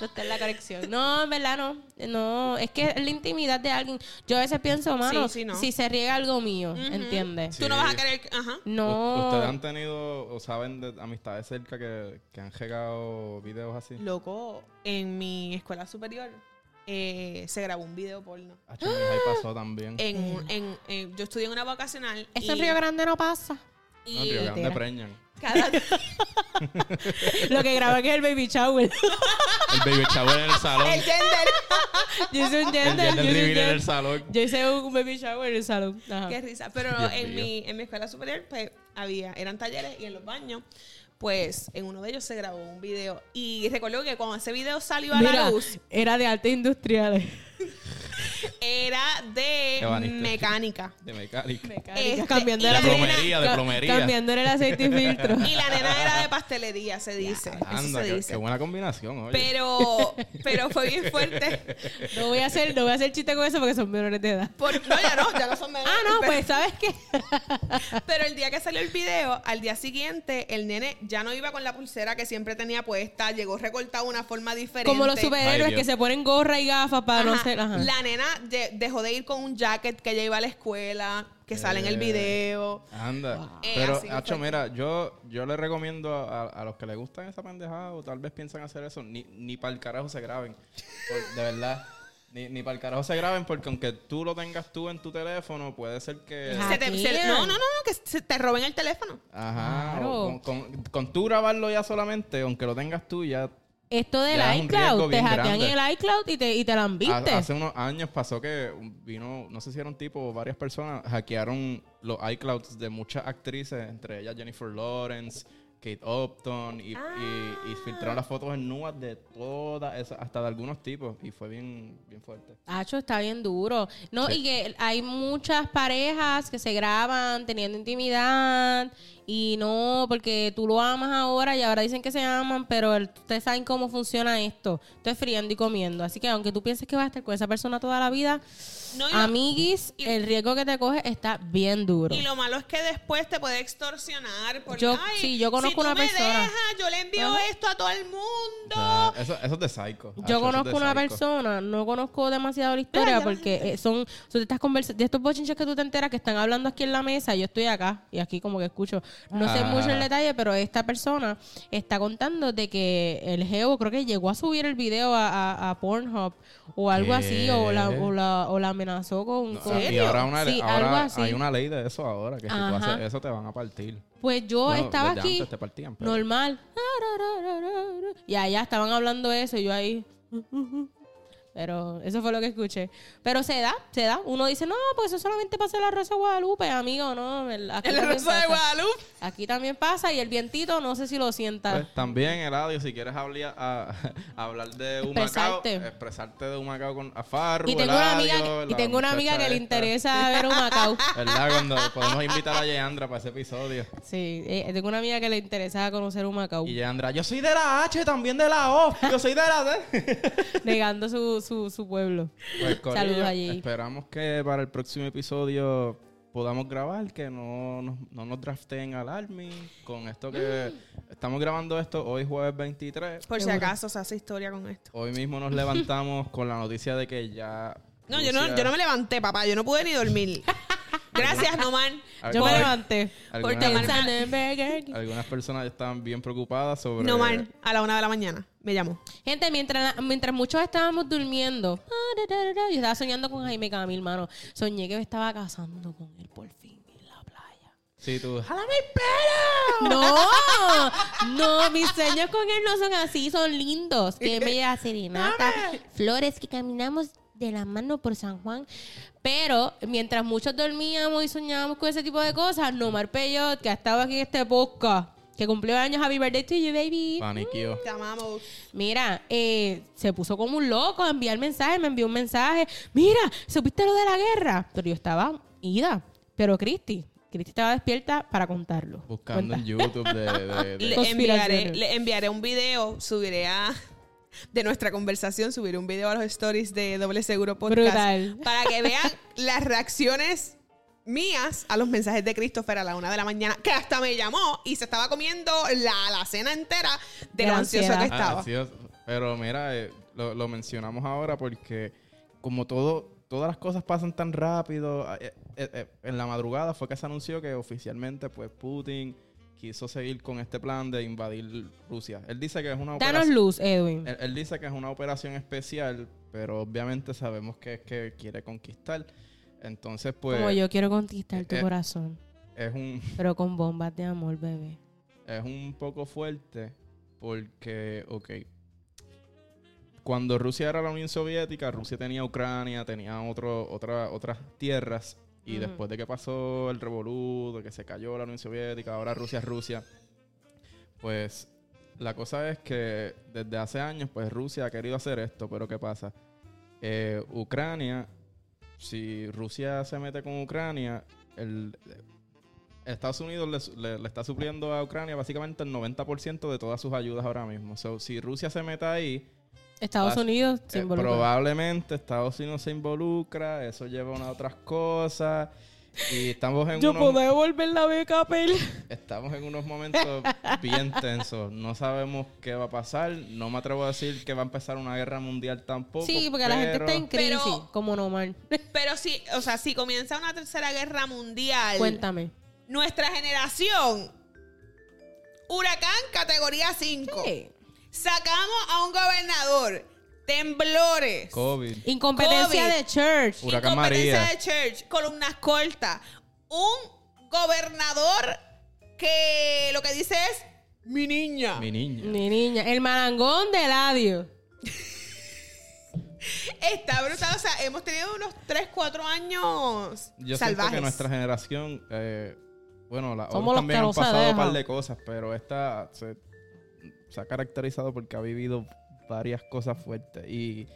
[SPEAKER 3] No está en la conexión. No, en verdad no. No, es que es la intimidad de alguien. Yo a veces pienso, mano,
[SPEAKER 4] sí, no.
[SPEAKER 3] si se riega algo mío, ¿entiendes?
[SPEAKER 1] Sí.
[SPEAKER 4] Tú no vas a querer. Ajá.
[SPEAKER 1] U-
[SPEAKER 3] No.
[SPEAKER 1] ¿Ustedes han tenido o saben de amistades cerca que, que han llegado videos así?
[SPEAKER 4] Loco, en mi escuela superior eh, se grabó un video porno.
[SPEAKER 1] Ah, chum, ahí pasó también.
[SPEAKER 4] En, un- en- en- yo estudié en una vocacional.
[SPEAKER 3] Eso en
[SPEAKER 4] y-
[SPEAKER 3] Río Grande no pasa.
[SPEAKER 4] y
[SPEAKER 1] No, en Río Grande
[SPEAKER 3] Tera.
[SPEAKER 1] preñan.
[SPEAKER 3] [LAUGHS]
[SPEAKER 4] cada-
[SPEAKER 3] Lo que grabé que es el baby
[SPEAKER 4] [LAUGHS]
[SPEAKER 3] shower.
[SPEAKER 1] El baby shower en el salón.
[SPEAKER 4] el gender.
[SPEAKER 3] Yo hice un
[SPEAKER 1] El
[SPEAKER 3] gender.
[SPEAKER 1] día del
[SPEAKER 3] yo hice un
[SPEAKER 1] reveal en el
[SPEAKER 3] gender.
[SPEAKER 1] salón.
[SPEAKER 3] Yo hice un baby shower en el salón. Ajá.
[SPEAKER 4] Qué risa. Pero
[SPEAKER 1] Dios
[SPEAKER 4] en
[SPEAKER 1] mío.
[SPEAKER 4] mi, en mi escuela superior, pues, había, eran talleres y en los baños, pues, en uno de ellos se grabó un video. Y recuerdo que cuando ese video salió a la
[SPEAKER 3] Mira,
[SPEAKER 4] luz,
[SPEAKER 3] era de artes industriales.
[SPEAKER 4] era de
[SPEAKER 1] Ebanista.
[SPEAKER 4] mecánica.
[SPEAKER 1] De mecánica.
[SPEAKER 4] Este,
[SPEAKER 3] cambiando
[SPEAKER 4] y
[SPEAKER 3] el
[SPEAKER 4] la
[SPEAKER 1] De
[SPEAKER 3] aceite.
[SPEAKER 4] nena-
[SPEAKER 1] plomería, de
[SPEAKER 3] ca-
[SPEAKER 1] plomería.
[SPEAKER 3] Cambiándole el aceite y
[SPEAKER 4] [LAUGHS]
[SPEAKER 3] filtro.
[SPEAKER 4] Y la nena era de pastelería, se dice. Eso
[SPEAKER 1] Anda,
[SPEAKER 4] se
[SPEAKER 1] qué,
[SPEAKER 4] dice.
[SPEAKER 1] qué buena combinación, oye.
[SPEAKER 4] Pero, pero fue bien fuerte.
[SPEAKER 3] No voy a hacer, no voy a hacer chiste con eso porque son menores de edad.
[SPEAKER 4] Por- no, ya no, ya no son menores.
[SPEAKER 3] Ah, no,
[SPEAKER 4] pero,
[SPEAKER 3] pues, ¿sabes qué?
[SPEAKER 4] pero el día que salió el video, al día siguiente, el nene ya no iba con la pulsera que siempre tenía puesta, llegó recortado de una forma diferente.
[SPEAKER 3] Como los
[SPEAKER 1] Ay,
[SPEAKER 3] superhéroes
[SPEAKER 1] Dios.
[SPEAKER 3] que se ponen gorra y gafas para no
[SPEAKER 4] Ajá.
[SPEAKER 3] ser. Ajá.
[SPEAKER 4] La nena de- dejó de ir con un jacket que ella iba a la escuela, que sale en el
[SPEAKER 1] Eh.
[SPEAKER 4] video.
[SPEAKER 1] Anda.
[SPEAKER 4] Eh,
[SPEAKER 1] Pero,
[SPEAKER 4] así que
[SPEAKER 1] Hacho,
[SPEAKER 4] fue.
[SPEAKER 1] mira, yo, yo le recomiendo a, a los que les gustan esa pendejada o tal vez piensan hacer eso, ni, ni para el carajo se graben. Por- de verdad. Ni, ni para el carajo se graben porque aunque tú lo tengas tú en tu teléfono, puede ser que...
[SPEAKER 3] Ajá.
[SPEAKER 4] Se te- se-
[SPEAKER 3] Hackean.
[SPEAKER 4] no, no, no, no, que se te roben el teléfono.
[SPEAKER 1] Ajá.
[SPEAKER 3] Claro.
[SPEAKER 1] o Con, con- con tú grabarlo ya solamente, aunque lo tengas tú ya...
[SPEAKER 3] Esto del
[SPEAKER 1] Ya es un riesgo
[SPEAKER 3] iCloud, te
[SPEAKER 1] bien
[SPEAKER 3] hackean
[SPEAKER 1] grande.
[SPEAKER 3] el iCloud y te, y te la han
[SPEAKER 1] ha-
[SPEAKER 3] viste.
[SPEAKER 1] hace unos años pasó que vino, no sé si era un tipo o varias personas, hackearon los iClouds de muchas actrices, entre ellas Jennifer Lawrence, Kate Upton, y,
[SPEAKER 3] Ah.
[SPEAKER 1] y- y filtraron las fotos en nuas de todas esas, hasta de algunos tipos, y fue bien, bien fuerte.
[SPEAKER 3] Hacho, está bien duro. No,
[SPEAKER 1] Sí.
[SPEAKER 3] y que hay muchas parejas que se graban teniendo intimidad Y no, porque tú lo amas ahora y ahora dicen que se aman, pero el- ustedes saben cómo funciona esto. Estoy friando y comiendo. Así que aunque tú pienses que vas a estar con esa persona toda la vida,
[SPEAKER 4] No, y lo-
[SPEAKER 3] amiguis,
[SPEAKER 4] y-
[SPEAKER 3] el riesgo que te coges está bien duro.
[SPEAKER 4] Y lo malo es que después te puede extorsionar. Porque,
[SPEAKER 3] Yo-
[SPEAKER 4] ay,
[SPEAKER 3] sí, yo conozco
[SPEAKER 4] si tú
[SPEAKER 3] una
[SPEAKER 4] me
[SPEAKER 3] persona.
[SPEAKER 4] dejas, yo le envío
[SPEAKER 3] Ajá.
[SPEAKER 4] esto a todo el mundo.
[SPEAKER 1] sea, eso, eso es de psycho. Hacho, eso
[SPEAKER 3] Yo
[SPEAKER 1] es
[SPEAKER 3] conozco
[SPEAKER 1] de
[SPEAKER 3] una
[SPEAKER 1] psycho.
[SPEAKER 3] persona, no conozco demasiado la historia porque eh, son, son de estas conversa- de estos bochinches que tú te enteras que están hablando aquí en la mesa, yo estoy acá y aquí como que escucho, no sé
[SPEAKER 1] Ah.
[SPEAKER 3] mucho el detalle, pero esta persona está contando de que el geo creo que llegó a subir el video a, a- a Pornhub o algo
[SPEAKER 1] ¿Qué?
[SPEAKER 3] así o la, o la, o la amenazó con,
[SPEAKER 1] No,
[SPEAKER 3] con-
[SPEAKER 1] y ahora, una,
[SPEAKER 3] Sí,
[SPEAKER 1] ahora
[SPEAKER 3] algo así.
[SPEAKER 1] hay una ley de eso ahora, que si tú
[SPEAKER 3] Ajá.
[SPEAKER 1] haces eso te van a partir.
[SPEAKER 3] Pues yo
[SPEAKER 1] Bueno,
[SPEAKER 3] estaba
[SPEAKER 1] desde
[SPEAKER 3] aquí
[SPEAKER 1] antes te partían, pero-
[SPEAKER 3] normal. Y allá estaban hablando eso y yo ahí. Pero eso fue lo que escuché. Pero se da, se da. Uno dice, no, pues eso solamente pasa en la Rosa de Guadalupe, amigo, no. el- Aquí,
[SPEAKER 4] En la
[SPEAKER 3] también
[SPEAKER 4] Rosa
[SPEAKER 3] pasa.
[SPEAKER 4] de Guadalupe.
[SPEAKER 3] Aquí también pasa y el vientito, no sé si lo sienta.
[SPEAKER 1] Pues, también, Eladio, si quieres hablar, a- [LAUGHS] hablar de Humacao,
[SPEAKER 3] Expresarte.
[SPEAKER 1] expresarte de Humacao con Afarro,
[SPEAKER 3] y tengo una amiga, que- y tengo una amiga que le interesa ver un Macao.
[SPEAKER 1] [LAUGHS] ¿Verdad? Cuando podemos invitar a Yeandra para ese episodio.
[SPEAKER 3] [LAUGHS] Sí, eh, tengo una amiga que le interesa conocer un Macao.
[SPEAKER 1] Y Yeandra, yo soy de la H, también de la O, yo soy de la D. [LAUGHS]
[SPEAKER 3] negando su, su, su pueblo.
[SPEAKER 1] Pues, corillo,
[SPEAKER 3] Saludos allí.
[SPEAKER 1] Esperamos que para el próximo episodio podamos grabar, que no, nos- no nos draften al Army. Con esto que
[SPEAKER 3] Mm.
[SPEAKER 1] estamos grabando esto hoy jueves 23.
[SPEAKER 4] Por si acaso se hace historia con esto.
[SPEAKER 1] Hoy mismo nos levantamos con la noticia de que ya...
[SPEAKER 4] No, yo no,
[SPEAKER 1] Rusia-
[SPEAKER 4] yo no me levanté, papá. Yo no pude ni [LAUGHS] dormir. Gracias, Nomán.
[SPEAKER 3] Yo me
[SPEAKER 1] Algunas-
[SPEAKER 3] levanté.
[SPEAKER 1] algunas-
[SPEAKER 3] Pensando en Burger King.
[SPEAKER 1] Algunas personas estaban bien preocupadas sobre...
[SPEAKER 4] Nomán, a la una de la mañana. Me llamó.
[SPEAKER 3] Gente, mientras, mientras muchos estábamos durmiendo, ah, da, da, da, da, yo estaba soñando con Jaime Camil, hermano. Soñé que me estaba casando con él por fin en la playa.
[SPEAKER 1] Sí, tú...
[SPEAKER 3] No, no, mis sueños con él no son así, son lindos. Qué bella serenata, flores que caminamos de la mano por San Juan. Pero mientras muchos dormíamos y soñábamos con ese tipo de cosas, Nomar Peyot, que ha estado aquí en este podcast, que cumplió años, happy birthday to you, baby.
[SPEAKER 1] Paniqueo.
[SPEAKER 4] Te amamos.
[SPEAKER 3] Mira, eh, se puso como un loco a enviar mensajes, me envió un mensaje. Mira, ¿supiste lo de la guerra? Pero yo estaba ida. Pero Cristi, Cristi estaba despierta para contarlo.
[SPEAKER 1] Buscando en
[SPEAKER 3] Cuenta.
[SPEAKER 1] YouTube de... de- de-
[SPEAKER 4] [LAUGHS] Le enviaré,
[SPEAKER 3] Conspiraciones.
[SPEAKER 4] le enviaré un video, subiré a de nuestra conversación, subiré un video a los stories de Doble Seguro Podcast
[SPEAKER 3] Brutal.
[SPEAKER 4] para que vean las reacciones mías a los mensajes de Christopher a la una de la mañana, que hasta me llamó y se estaba comiendo la, la cena entera de
[SPEAKER 3] De
[SPEAKER 4] lo
[SPEAKER 3] la
[SPEAKER 4] ansioso que
[SPEAKER 3] ansiedad.
[SPEAKER 1] Ah,
[SPEAKER 4] estaba.
[SPEAKER 1] sí, o- pero mira, eh, lo, lo mencionamos ahora porque como todo, todas las cosas pasan tan rápido, eh, eh, eh, en la madrugada fue que se anunció que oficialmente pues Putin quiso seguir con este plan de invadir Rusia. Él dice que es una
[SPEAKER 3] Danos
[SPEAKER 1] operación,
[SPEAKER 3] luz, Edwin.
[SPEAKER 1] él, él dice que es una operación especial, pero obviamente sabemos que es que quiere conquistar. Entonces pues
[SPEAKER 3] como yo quiero conquistar tu
[SPEAKER 1] eh, eh.
[SPEAKER 3] corazón,
[SPEAKER 1] es un
[SPEAKER 3] pero con bombas de amor, bebé.
[SPEAKER 1] es un poco fuerte porque, ok, cuando Rusia era la Unión Soviética, Rusia tenía Ucrania, tenía otro, otra, otras tierras, y
[SPEAKER 3] Ujú.
[SPEAKER 1] después de que pasó el revolú, de que se cayó la Unión Soviética, ahora Rusia es Rusia, pues la cosa es que desde hace años, pues Rusia ha querido hacer esto, pero ¿qué pasa? Eh, Ucrania, si Rusia se mete con Ucrania, el, Estados Unidos le, le- le está supliendo a Ucrania básicamente el 90% de todas sus ayudas ahora mismo. So, si Rusia se mete ahí,
[SPEAKER 3] Estados
[SPEAKER 1] Ah,
[SPEAKER 3] Unidos se
[SPEAKER 1] eh,
[SPEAKER 3] involucra.
[SPEAKER 1] probablemente Estados Unidos se involucra, eso lleva a unas otras cosas. Y estamos en,
[SPEAKER 3] Yo puedo
[SPEAKER 1] unos,
[SPEAKER 3] devolver la beca, Pel.
[SPEAKER 1] estamos en unos momentos bien tensos. No sabemos qué va a pasar. No me atrevo a decir que va a empezar una guerra mundial tampoco.
[SPEAKER 3] Sí, porque la gente
[SPEAKER 1] Oh, pero-
[SPEAKER 3] está en crisis,
[SPEAKER 4] Pero-
[SPEAKER 3] como Nomar.
[SPEAKER 4] Pero sí, o sea, si comienza una tercera guerra
[SPEAKER 3] [LAUGHS]
[SPEAKER 4] mundial,
[SPEAKER 3] Cuéntame.
[SPEAKER 4] nuestra generación, huracán categoría 5.
[SPEAKER 3] ¿Qué?
[SPEAKER 4] Sacamos a un gobernador. Temblores.
[SPEAKER 1] COVID.
[SPEAKER 3] Incompetencia
[SPEAKER 4] COVID.
[SPEAKER 3] de church.
[SPEAKER 1] Huracán
[SPEAKER 4] incompetencia
[SPEAKER 1] María.
[SPEAKER 4] de church. Columnas cortas. Un gobernador que lo que dice es mi niña.
[SPEAKER 1] Mi niña.
[SPEAKER 3] Mi niña, el marangón de ladio.
[SPEAKER 4] Está brutal. O sea, hemos tenido unos 3, 4 años
[SPEAKER 1] Yo siento
[SPEAKER 4] salvajes.
[SPEAKER 1] que nuestra generación, eh, bueno, las
[SPEAKER 3] Somos
[SPEAKER 1] otras
[SPEAKER 3] los
[SPEAKER 1] también
[SPEAKER 3] que
[SPEAKER 1] han
[SPEAKER 3] no se
[SPEAKER 1] pasado un par
[SPEAKER 3] dejan.
[SPEAKER 1] de cosas, pero esta se, se ha caracterizado porque ha vivido varias cosas fuertes. Y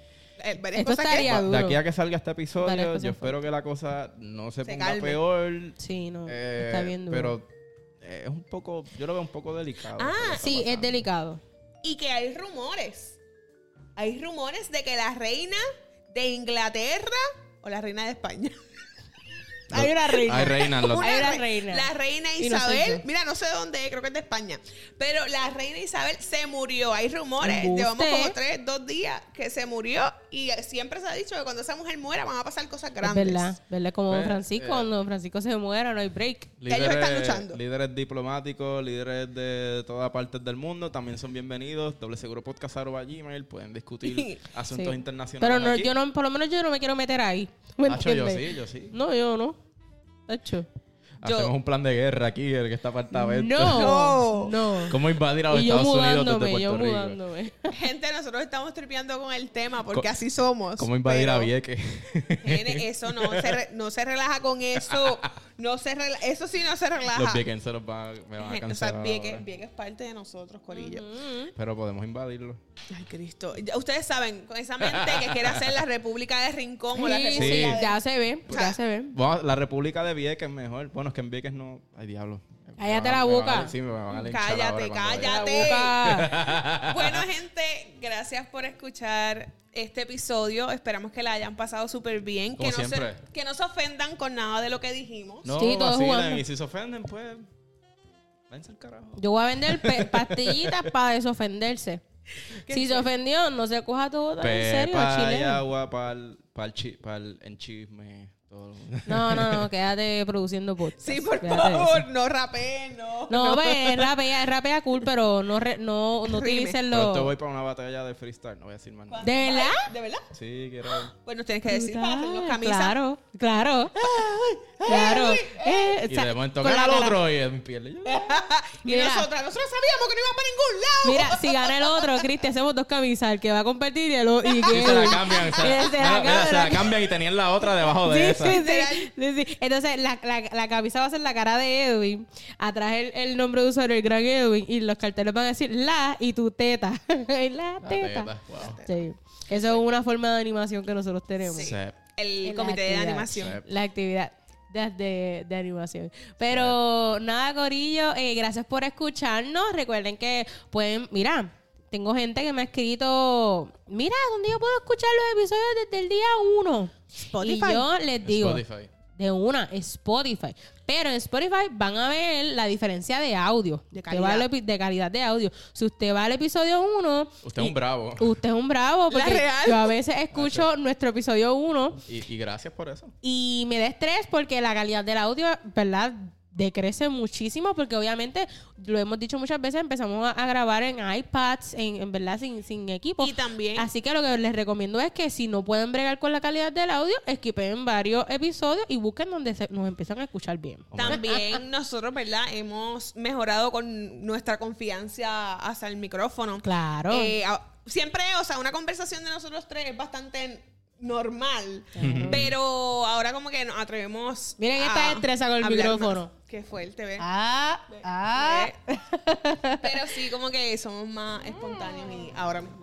[SPEAKER 4] Eh, varias
[SPEAKER 3] Esto
[SPEAKER 4] cosas
[SPEAKER 3] estaría-
[SPEAKER 4] que
[SPEAKER 3] Está
[SPEAKER 1] de
[SPEAKER 3] duro.
[SPEAKER 1] aquí a que salga este
[SPEAKER 3] Varias
[SPEAKER 1] episodio,
[SPEAKER 3] cosas
[SPEAKER 1] yo espero que la cosa no se,
[SPEAKER 4] Se
[SPEAKER 1] ponga
[SPEAKER 4] calme.
[SPEAKER 1] peor.
[SPEAKER 3] Sí, no.
[SPEAKER 1] eh,
[SPEAKER 3] está bien duro.
[SPEAKER 1] Pero eh, es un poco, yo lo veo un poco delicado.
[SPEAKER 4] Ah,
[SPEAKER 1] lo que está
[SPEAKER 3] Sí, es
[SPEAKER 1] pasando.
[SPEAKER 3] delicado.
[SPEAKER 4] Y que hay rumores. Hay rumores de que la reina de Inglaterra o la reina de España.
[SPEAKER 3] Hay una reina.
[SPEAKER 1] Hay reinas,
[SPEAKER 3] [LAUGHS]
[SPEAKER 1] loco.
[SPEAKER 4] Una
[SPEAKER 3] Hay una
[SPEAKER 4] re-
[SPEAKER 3] reina.
[SPEAKER 4] La reina
[SPEAKER 3] Y no soy
[SPEAKER 4] Isabel.
[SPEAKER 3] yo.
[SPEAKER 4] mira, no sé de dónde es, creo que es de España. Pero la reina Isabel se murió. Hay rumores.
[SPEAKER 3] Embuste.
[SPEAKER 4] Llevamos como tres, dos días que se murió. Y siempre se ha dicho que cuando esa mujer muera van a pasar cosas
[SPEAKER 3] Es
[SPEAKER 4] grandes.
[SPEAKER 3] verdad, ¿verdad? Como don
[SPEAKER 1] Pues,
[SPEAKER 3] Francisco,
[SPEAKER 1] eh.
[SPEAKER 3] cuando don Francisco se muera, no hay break.
[SPEAKER 4] que ellos están luchando.
[SPEAKER 1] líderes diplomáticos, líderes de todas partes del mundo también son bienvenidos. Doble seguro podcast arroba gmail. Pueden discutir asuntos
[SPEAKER 3] [LAUGHS] Sí.
[SPEAKER 1] internacionales.
[SPEAKER 3] Pero no,
[SPEAKER 1] aquí.
[SPEAKER 3] yo no, por lo menos yo no me quiero meter ahí. ¿Me
[SPEAKER 1] Nacho, yo
[SPEAKER 3] entiendes?
[SPEAKER 1] sí, yo sí.
[SPEAKER 3] No, yo no. Nacho.
[SPEAKER 1] Hacemos un plan de guerra aquí, el que está apartado. de esto.
[SPEAKER 3] No. No.
[SPEAKER 1] pues. [LAUGHS] ¿Cómo invadir a los
[SPEAKER 3] Y yo
[SPEAKER 1] Estados Unidos desde
[SPEAKER 3] mudándome, yo
[SPEAKER 1] Puerto Rico?
[SPEAKER 3] mudándome.
[SPEAKER 4] [LAUGHS] Gente, nosotros estamos tripeando con el tema porque
[SPEAKER 1] Co-
[SPEAKER 4] así somos.
[SPEAKER 1] ¿Cómo invadir a
[SPEAKER 4] Pero,
[SPEAKER 1] Vieques? [LAUGHS]
[SPEAKER 4] nene, eso no se, re- no se relaja con eso. No se rela- eso sí no se relaja.
[SPEAKER 1] los viequenses los van, a- me
[SPEAKER 3] [LAUGHS]
[SPEAKER 1] van a
[SPEAKER 4] Gente, o sea,
[SPEAKER 1] cancelar. ahora.
[SPEAKER 4] Vieques Vieques es parte de nosotros, Corillo.
[SPEAKER 1] Pero podemos invadirlo.
[SPEAKER 4] Ay, Cristo. Ya Ustedes saben, con esa mente que quiere hacer la República de Rincón o la
[SPEAKER 3] Sí,
[SPEAKER 4] República
[SPEAKER 3] sí,
[SPEAKER 1] Sí.
[SPEAKER 3] ya se ve, ya se ve.
[SPEAKER 1] Vamos, la República de Vieques es mejor. Bueno, es que en Vieques no. Ay, diablo. Me
[SPEAKER 3] Cállate
[SPEAKER 1] van-
[SPEAKER 3] la
[SPEAKER 1] me van a-
[SPEAKER 3] boca.
[SPEAKER 1] Sí, me van a linchar ahora
[SPEAKER 4] Cállate,
[SPEAKER 1] cuando vaya.
[SPEAKER 4] cállate.
[SPEAKER 3] Boca.
[SPEAKER 4] Bueno, gente, gracias por escuchar este episodio. Esperamos que la hayan pasado súper bien.
[SPEAKER 1] Como
[SPEAKER 4] que, no se,
[SPEAKER 1] siempre.
[SPEAKER 4] que no se ofendan con nada de lo que dijimos.
[SPEAKER 1] No,
[SPEAKER 3] Sí, todos
[SPEAKER 1] vacilen,
[SPEAKER 3] jugando.
[SPEAKER 1] Y si se ofenden, pues. Váyanse al carajo.
[SPEAKER 3] Yo voy a vender pe- pastillitas para [LAUGHS] desofenderse. Si se ofendió, no se coja todo tan en serio,
[SPEAKER 1] Pepa y
[SPEAKER 3] chileno.
[SPEAKER 1] agua para el, para el, chi- para el en chisme. Todo.
[SPEAKER 3] [LAUGHS] No, no, no, quédate produciendo podcast.
[SPEAKER 4] Sí, por
[SPEAKER 3] Quédate
[SPEAKER 4] favor, no rapeen, no.
[SPEAKER 3] No, pues rapea, rapea cool, pero no, re- no, no
[SPEAKER 4] Rime.
[SPEAKER 3] utilicen
[SPEAKER 1] Pronto
[SPEAKER 3] los...
[SPEAKER 1] voy para una batalla de freestyle. No voy a decir más nada.
[SPEAKER 3] ¿De verdad?
[SPEAKER 4] Ay, ¿De verdad?
[SPEAKER 1] Sí, quiero.
[SPEAKER 4] Pues nos tienes que decir para hacernos
[SPEAKER 3] Ah,
[SPEAKER 4] camisas.
[SPEAKER 3] Claro, claro. Claro. Eh, o
[SPEAKER 1] Y
[SPEAKER 3] sea,
[SPEAKER 1] de momento
[SPEAKER 3] con la
[SPEAKER 1] gana el
[SPEAKER 3] cara-
[SPEAKER 1] otro y en piel.
[SPEAKER 4] y
[SPEAKER 3] Mira.
[SPEAKER 4] nosotras, nosotros sabíamos que no iba para ningún lado.
[SPEAKER 3] Mira, si gana el otro, Cristi, hacemos dos camisas. El que va a competir y el otro.
[SPEAKER 1] Sí,
[SPEAKER 3] Y que
[SPEAKER 1] se la cambian. Se,
[SPEAKER 3] que
[SPEAKER 1] la-
[SPEAKER 3] se
[SPEAKER 1] mira,
[SPEAKER 3] la
[SPEAKER 1] mira, se la
[SPEAKER 3] cambian.
[SPEAKER 1] cambian y tenían la otra debajo de
[SPEAKER 3] Sí,
[SPEAKER 1] esa.
[SPEAKER 3] sí, sí,
[SPEAKER 4] Literal.
[SPEAKER 3] sí, sí. Entonces, la, la, la camisa va a ser la cara de Edwin. Atrás el, el nombre de usuario, el gran Edwin. Y los carteles van a decir la y tu teta. [LAUGHS] la
[SPEAKER 1] La
[SPEAKER 3] teta.
[SPEAKER 1] teta, wow.
[SPEAKER 3] Sí. Eso es una forma de animación que nosotros tenemos.
[SPEAKER 4] Sí.
[SPEAKER 1] Sep.
[SPEAKER 4] [LAUGHS] El
[SPEAKER 3] En
[SPEAKER 4] comité
[SPEAKER 3] la
[SPEAKER 4] de
[SPEAKER 3] actividad.
[SPEAKER 4] animación.
[SPEAKER 1] Sí.
[SPEAKER 3] La actividad de, de- de animación. Pero nada, Corillo, eh, gracias por escucharnos. Recuerden que pueden, mira, tengo gente que me ha escrito, mira, ¿dónde yo puedo escuchar los episodios desde el día uno?
[SPEAKER 4] Spotify.
[SPEAKER 3] Y yo les digo,
[SPEAKER 1] Spotify.
[SPEAKER 3] de una, Spotify. Pero en Spotify van a ver la diferencia de audio,
[SPEAKER 4] De
[SPEAKER 3] Usted va al
[SPEAKER 4] calidad.
[SPEAKER 3] epi- de calidad de audio. Si usted va al episodio 1,
[SPEAKER 1] Usted es un bravo.
[SPEAKER 3] usted es un bravo,
[SPEAKER 4] La
[SPEAKER 3] porque
[SPEAKER 4] real.
[SPEAKER 3] yo a veces escucho nuestro episodio 1
[SPEAKER 1] Y, y gracias por eso.
[SPEAKER 3] y me da estrés porque la calidad del audio, ¿verdad? Decrece muchísimo porque obviamente, lo hemos dicho muchas veces, empezamos a, a grabar en iPads, en, en verdad, sin, sin equipo.
[SPEAKER 4] Y también-
[SPEAKER 3] Así que lo que les recomiendo es que si no pueden bregar con la calidad del audio, esquipen varios episodios y busquen donde se- nos empiezan a escuchar bien. [LAUGHS]
[SPEAKER 4] También nosotros, ¿verdad? Hemos mejorado con nuestra confianza hacia el micrófono.
[SPEAKER 3] Claro.
[SPEAKER 4] Eh, a- siempre, o sea, una conversación de nosotros tres es bastante normal, pero ahora como que nos atrevemos.
[SPEAKER 3] Miren
[SPEAKER 4] a
[SPEAKER 3] esta destreza con el
[SPEAKER 4] hablar
[SPEAKER 3] micrófono.
[SPEAKER 4] más. Qué fuerte, ¿ves?
[SPEAKER 3] Ah, ah.
[SPEAKER 4] eh, Ve. Pero sí, como que somos más espontáneos y ahora mismo.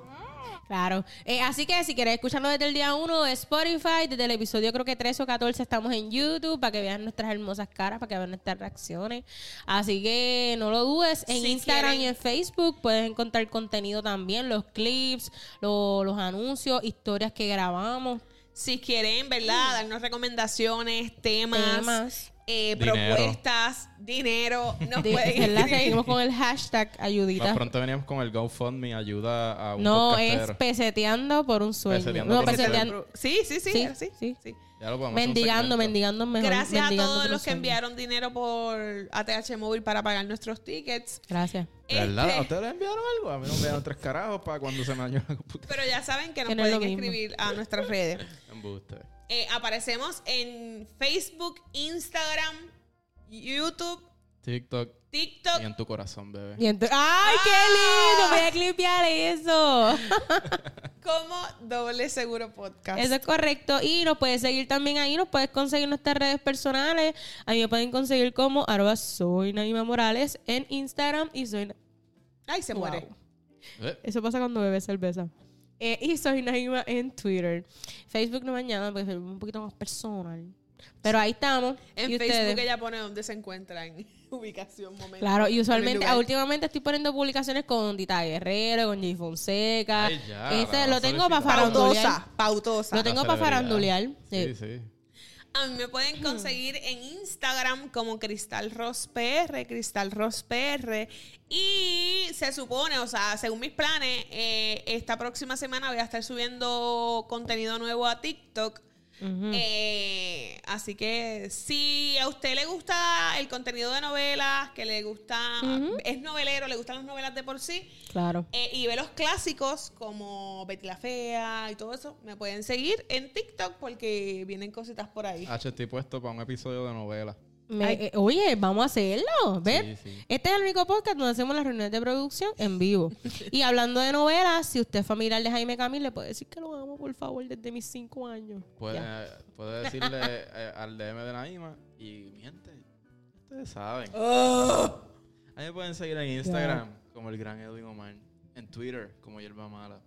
[SPEAKER 3] Claro. Eh, así que si quieres escucharlo desde el día 1 de Spotify, desde el episodio creo que 13 o 14 estamos en YouTube para que vean nuestras hermosas caras, para que vean nuestras reacciones. Así que no lo dudes. En
[SPEAKER 4] Si
[SPEAKER 3] Instagram
[SPEAKER 4] quieren-
[SPEAKER 3] y en Facebook puedes encontrar contenido también, los clips, lo- los anuncios, historias que grabamos.
[SPEAKER 4] Si quieren, ¿verdad? Darnos recomendaciones, temas,
[SPEAKER 3] Mm. Temas.
[SPEAKER 4] eh,
[SPEAKER 1] Dinero.
[SPEAKER 4] propuestas, dinero. Nos
[SPEAKER 3] De-
[SPEAKER 4] pueden
[SPEAKER 3] ¿verdad?
[SPEAKER 4] [LAUGHS] escribir.
[SPEAKER 3] Seguimos con el hashtag
[SPEAKER 1] Más
[SPEAKER 3] ayudita.
[SPEAKER 1] pronto veníamos con el GoFundMe, ayuda a un
[SPEAKER 3] No es
[SPEAKER 1] podcastero.
[SPEAKER 3] peseteando por un sueño.
[SPEAKER 1] Peseteando
[SPEAKER 3] No,
[SPEAKER 1] por un sueño.
[SPEAKER 3] pesetean-
[SPEAKER 4] Sí, sí, sí.
[SPEAKER 3] Sí,
[SPEAKER 4] era sí,
[SPEAKER 3] sí.
[SPEAKER 4] sí.
[SPEAKER 1] Ya lo podemos hacer un
[SPEAKER 3] Mendigando,
[SPEAKER 1] segmento.
[SPEAKER 3] mendigando mejor.
[SPEAKER 4] Gracias a
[SPEAKER 3] mendigando
[SPEAKER 4] todos
[SPEAKER 3] por un
[SPEAKER 4] los que
[SPEAKER 3] sueño.
[SPEAKER 4] enviaron dinero por ATH Móvil para pagar nuestros tickets.
[SPEAKER 3] Gracias.
[SPEAKER 1] ¿Verdad?
[SPEAKER 4] Este,
[SPEAKER 1] ¿A ustedes les enviaron algo? A mí no me dieron tres carajos para cuando se me dañó la computadora.
[SPEAKER 4] pero ya saben que nos
[SPEAKER 3] Que no es lo
[SPEAKER 4] pueden
[SPEAKER 3] mismo.
[SPEAKER 4] escribir a nuestras redes.
[SPEAKER 1] Embuste.
[SPEAKER 4] Eh, aparecemos en Facebook, Instagram, YouTube,
[SPEAKER 1] TikTok y
[SPEAKER 4] TikTok.
[SPEAKER 1] en tu corazón, bebé.
[SPEAKER 3] Y ento- ¡Ay, qué
[SPEAKER 4] Ah.
[SPEAKER 3] lindo! Voy a clipear
[SPEAKER 4] [LAUGHS]
[SPEAKER 3] eso.
[SPEAKER 4] Como Doble Seguro Podcast.
[SPEAKER 3] Eso es correcto. Y nos puedes seguir también ahí, nos puedes conseguir en nuestras redes personales. A mí me pueden conseguir como arroba soy Naima Morales en Instagram y soy...
[SPEAKER 4] Ay, se
[SPEAKER 3] Wow.
[SPEAKER 4] muere.
[SPEAKER 1] Eh,
[SPEAKER 3] Eso pasa cuando bebes cerveza. Eh, y soy Naima en Twitter. Facebook no mañana porque es un poquito más personal. Pero ahí estamos.
[SPEAKER 4] En
[SPEAKER 3] ¿Y
[SPEAKER 4] Facebook
[SPEAKER 3] ustedes?
[SPEAKER 4] ella pone dónde se encuentran. [LAUGHS] ubicación, momento.
[SPEAKER 3] Claro, y usualmente,
[SPEAKER 4] lugar.
[SPEAKER 3] últimamente estoy poniendo publicaciones con Tita Guerrero, con Jay Fonseca.
[SPEAKER 1] Ay, ya,
[SPEAKER 3] este
[SPEAKER 1] la
[SPEAKER 3] lo
[SPEAKER 1] más
[SPEAKER 3] tengo para
[SPEAKER 1] solicitada.
[SPEAKER 3] farandulear.
[SPEAKER 4] Pautosa, pautosa.
[SPEAKER 3] Lo tengo
[SPEAKER 1] La
[SPEAKER 3] para
[SPEAKER 1] celebridad.
[SPEAKER 3] farandulear.
[SPEAKER 1] Sí,
[SPEAKER 3] sí.
[SPEAKER 1] sí.
[SPEAKER 4] A mí me pueden conseguir en Instagram como Cristal Ross PR, Cristal Ross PR. Y se supone, o sea, según mis planes, eh, esta próxima semana voy a estar subiendo contenido nuevo a TikTok.
[SPEAKER 3] Mm.
[SPEAKER 4] Eh, así que si a usted le gusta el contenido de novelas, que le gusta, es novelero, le gustan las novelas de por sí,
[SPEAKER 3] Claro.
[SPEAKER 4] eh, y ve los clásicos como Betty la Fea y todo eso. Me pueden seguir en TikTok porque vienen cositas por ahí.
[SPEAKER 1] H, estoy puesto para un episodio de novela.
[SPEAKER 3] Me- eh, oye, vamos a hacerlo. ¿Ves?
[SPEAKER 1] Sí, sí.
[SPEAKER 3] Este es el único podcast donde hacemos las reuniones de producción en vivo. y hablando de novelas, si usted es familiar de Jaime Camil, le puede decir que lo amo, por favor, desde mis cinco años.
[SPEAKER 1] Puede,
[SPEAKER 3] Ya.
[SPEAKER 1] puede
[SPEAKER 3] [LAUGHS]
[SPEAKER 1] decirle eh, al DM de Naima y miente. Ustedes saben.
[SPEAKER 3] Oh.
[SPEAKER 1] Ahí me pueden seguir en Instagram como el gran Edwin Omar. En Twitter como Yerba Mala.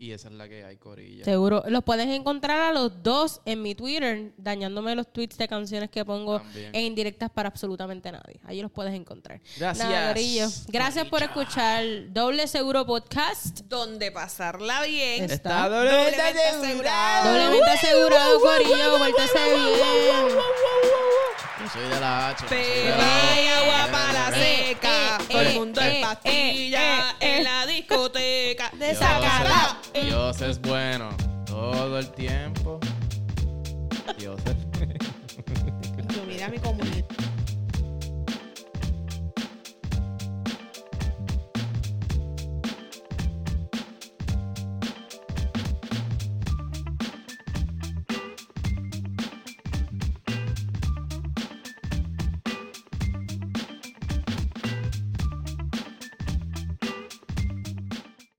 [SPEAKER 1] Y esa es la que hay, Corilla.
[SPEAKER 3] Seguro. Los puedes encontrar a los dos en mi Twitter, dañándome los tweets de canciones que pongo
[SPEAKER 1] También.
[SPEAKER 3] en indirectas para absolutamente nadie. Ahí los puedes encontrar.
[SPEAKER 1] Gracias.
[SPEAKER 3] Nada, Corillo. Gracias por escuchar Doble Seguro Podcast.
[SPEAKER 4] Donde pasarla bien.
[SPEAKER 3] Es-
[SPEAKER 1] Está
[SPEAKER 3] Está
[SPEAKER 1] doble
[SPEAKER 4] doblemente asegurado.
[SPEAKER 3] Doblemente asegurado, Corillo. Vuéltese bien.
[SPEAKER 1] Yo soy de la H. yo soy de
[SPEAKER 4] Pero
[SPEAKER 1] la H.
[SPEAKER 4] hay agua para la
[SPEAKER 3] eh,
[SPEAKER 4] seca.
[SPEAKER 3] eh,
[SPEAKER 4] Todo el
[SPEAKER 3] eh,
[SPEAKER 4] mundo
[SPEAKER 3] eh,
[SPEAKER 4] en pastilla. En la discoteca. De
[SPEAKER 1] Dios
[SPEAKER 4] sacarla.
[SPEAKER 1] es- Dios es bueno todo el tiempo. Dios es
[SPEAKER 4] Yo, Mira mi comunidad.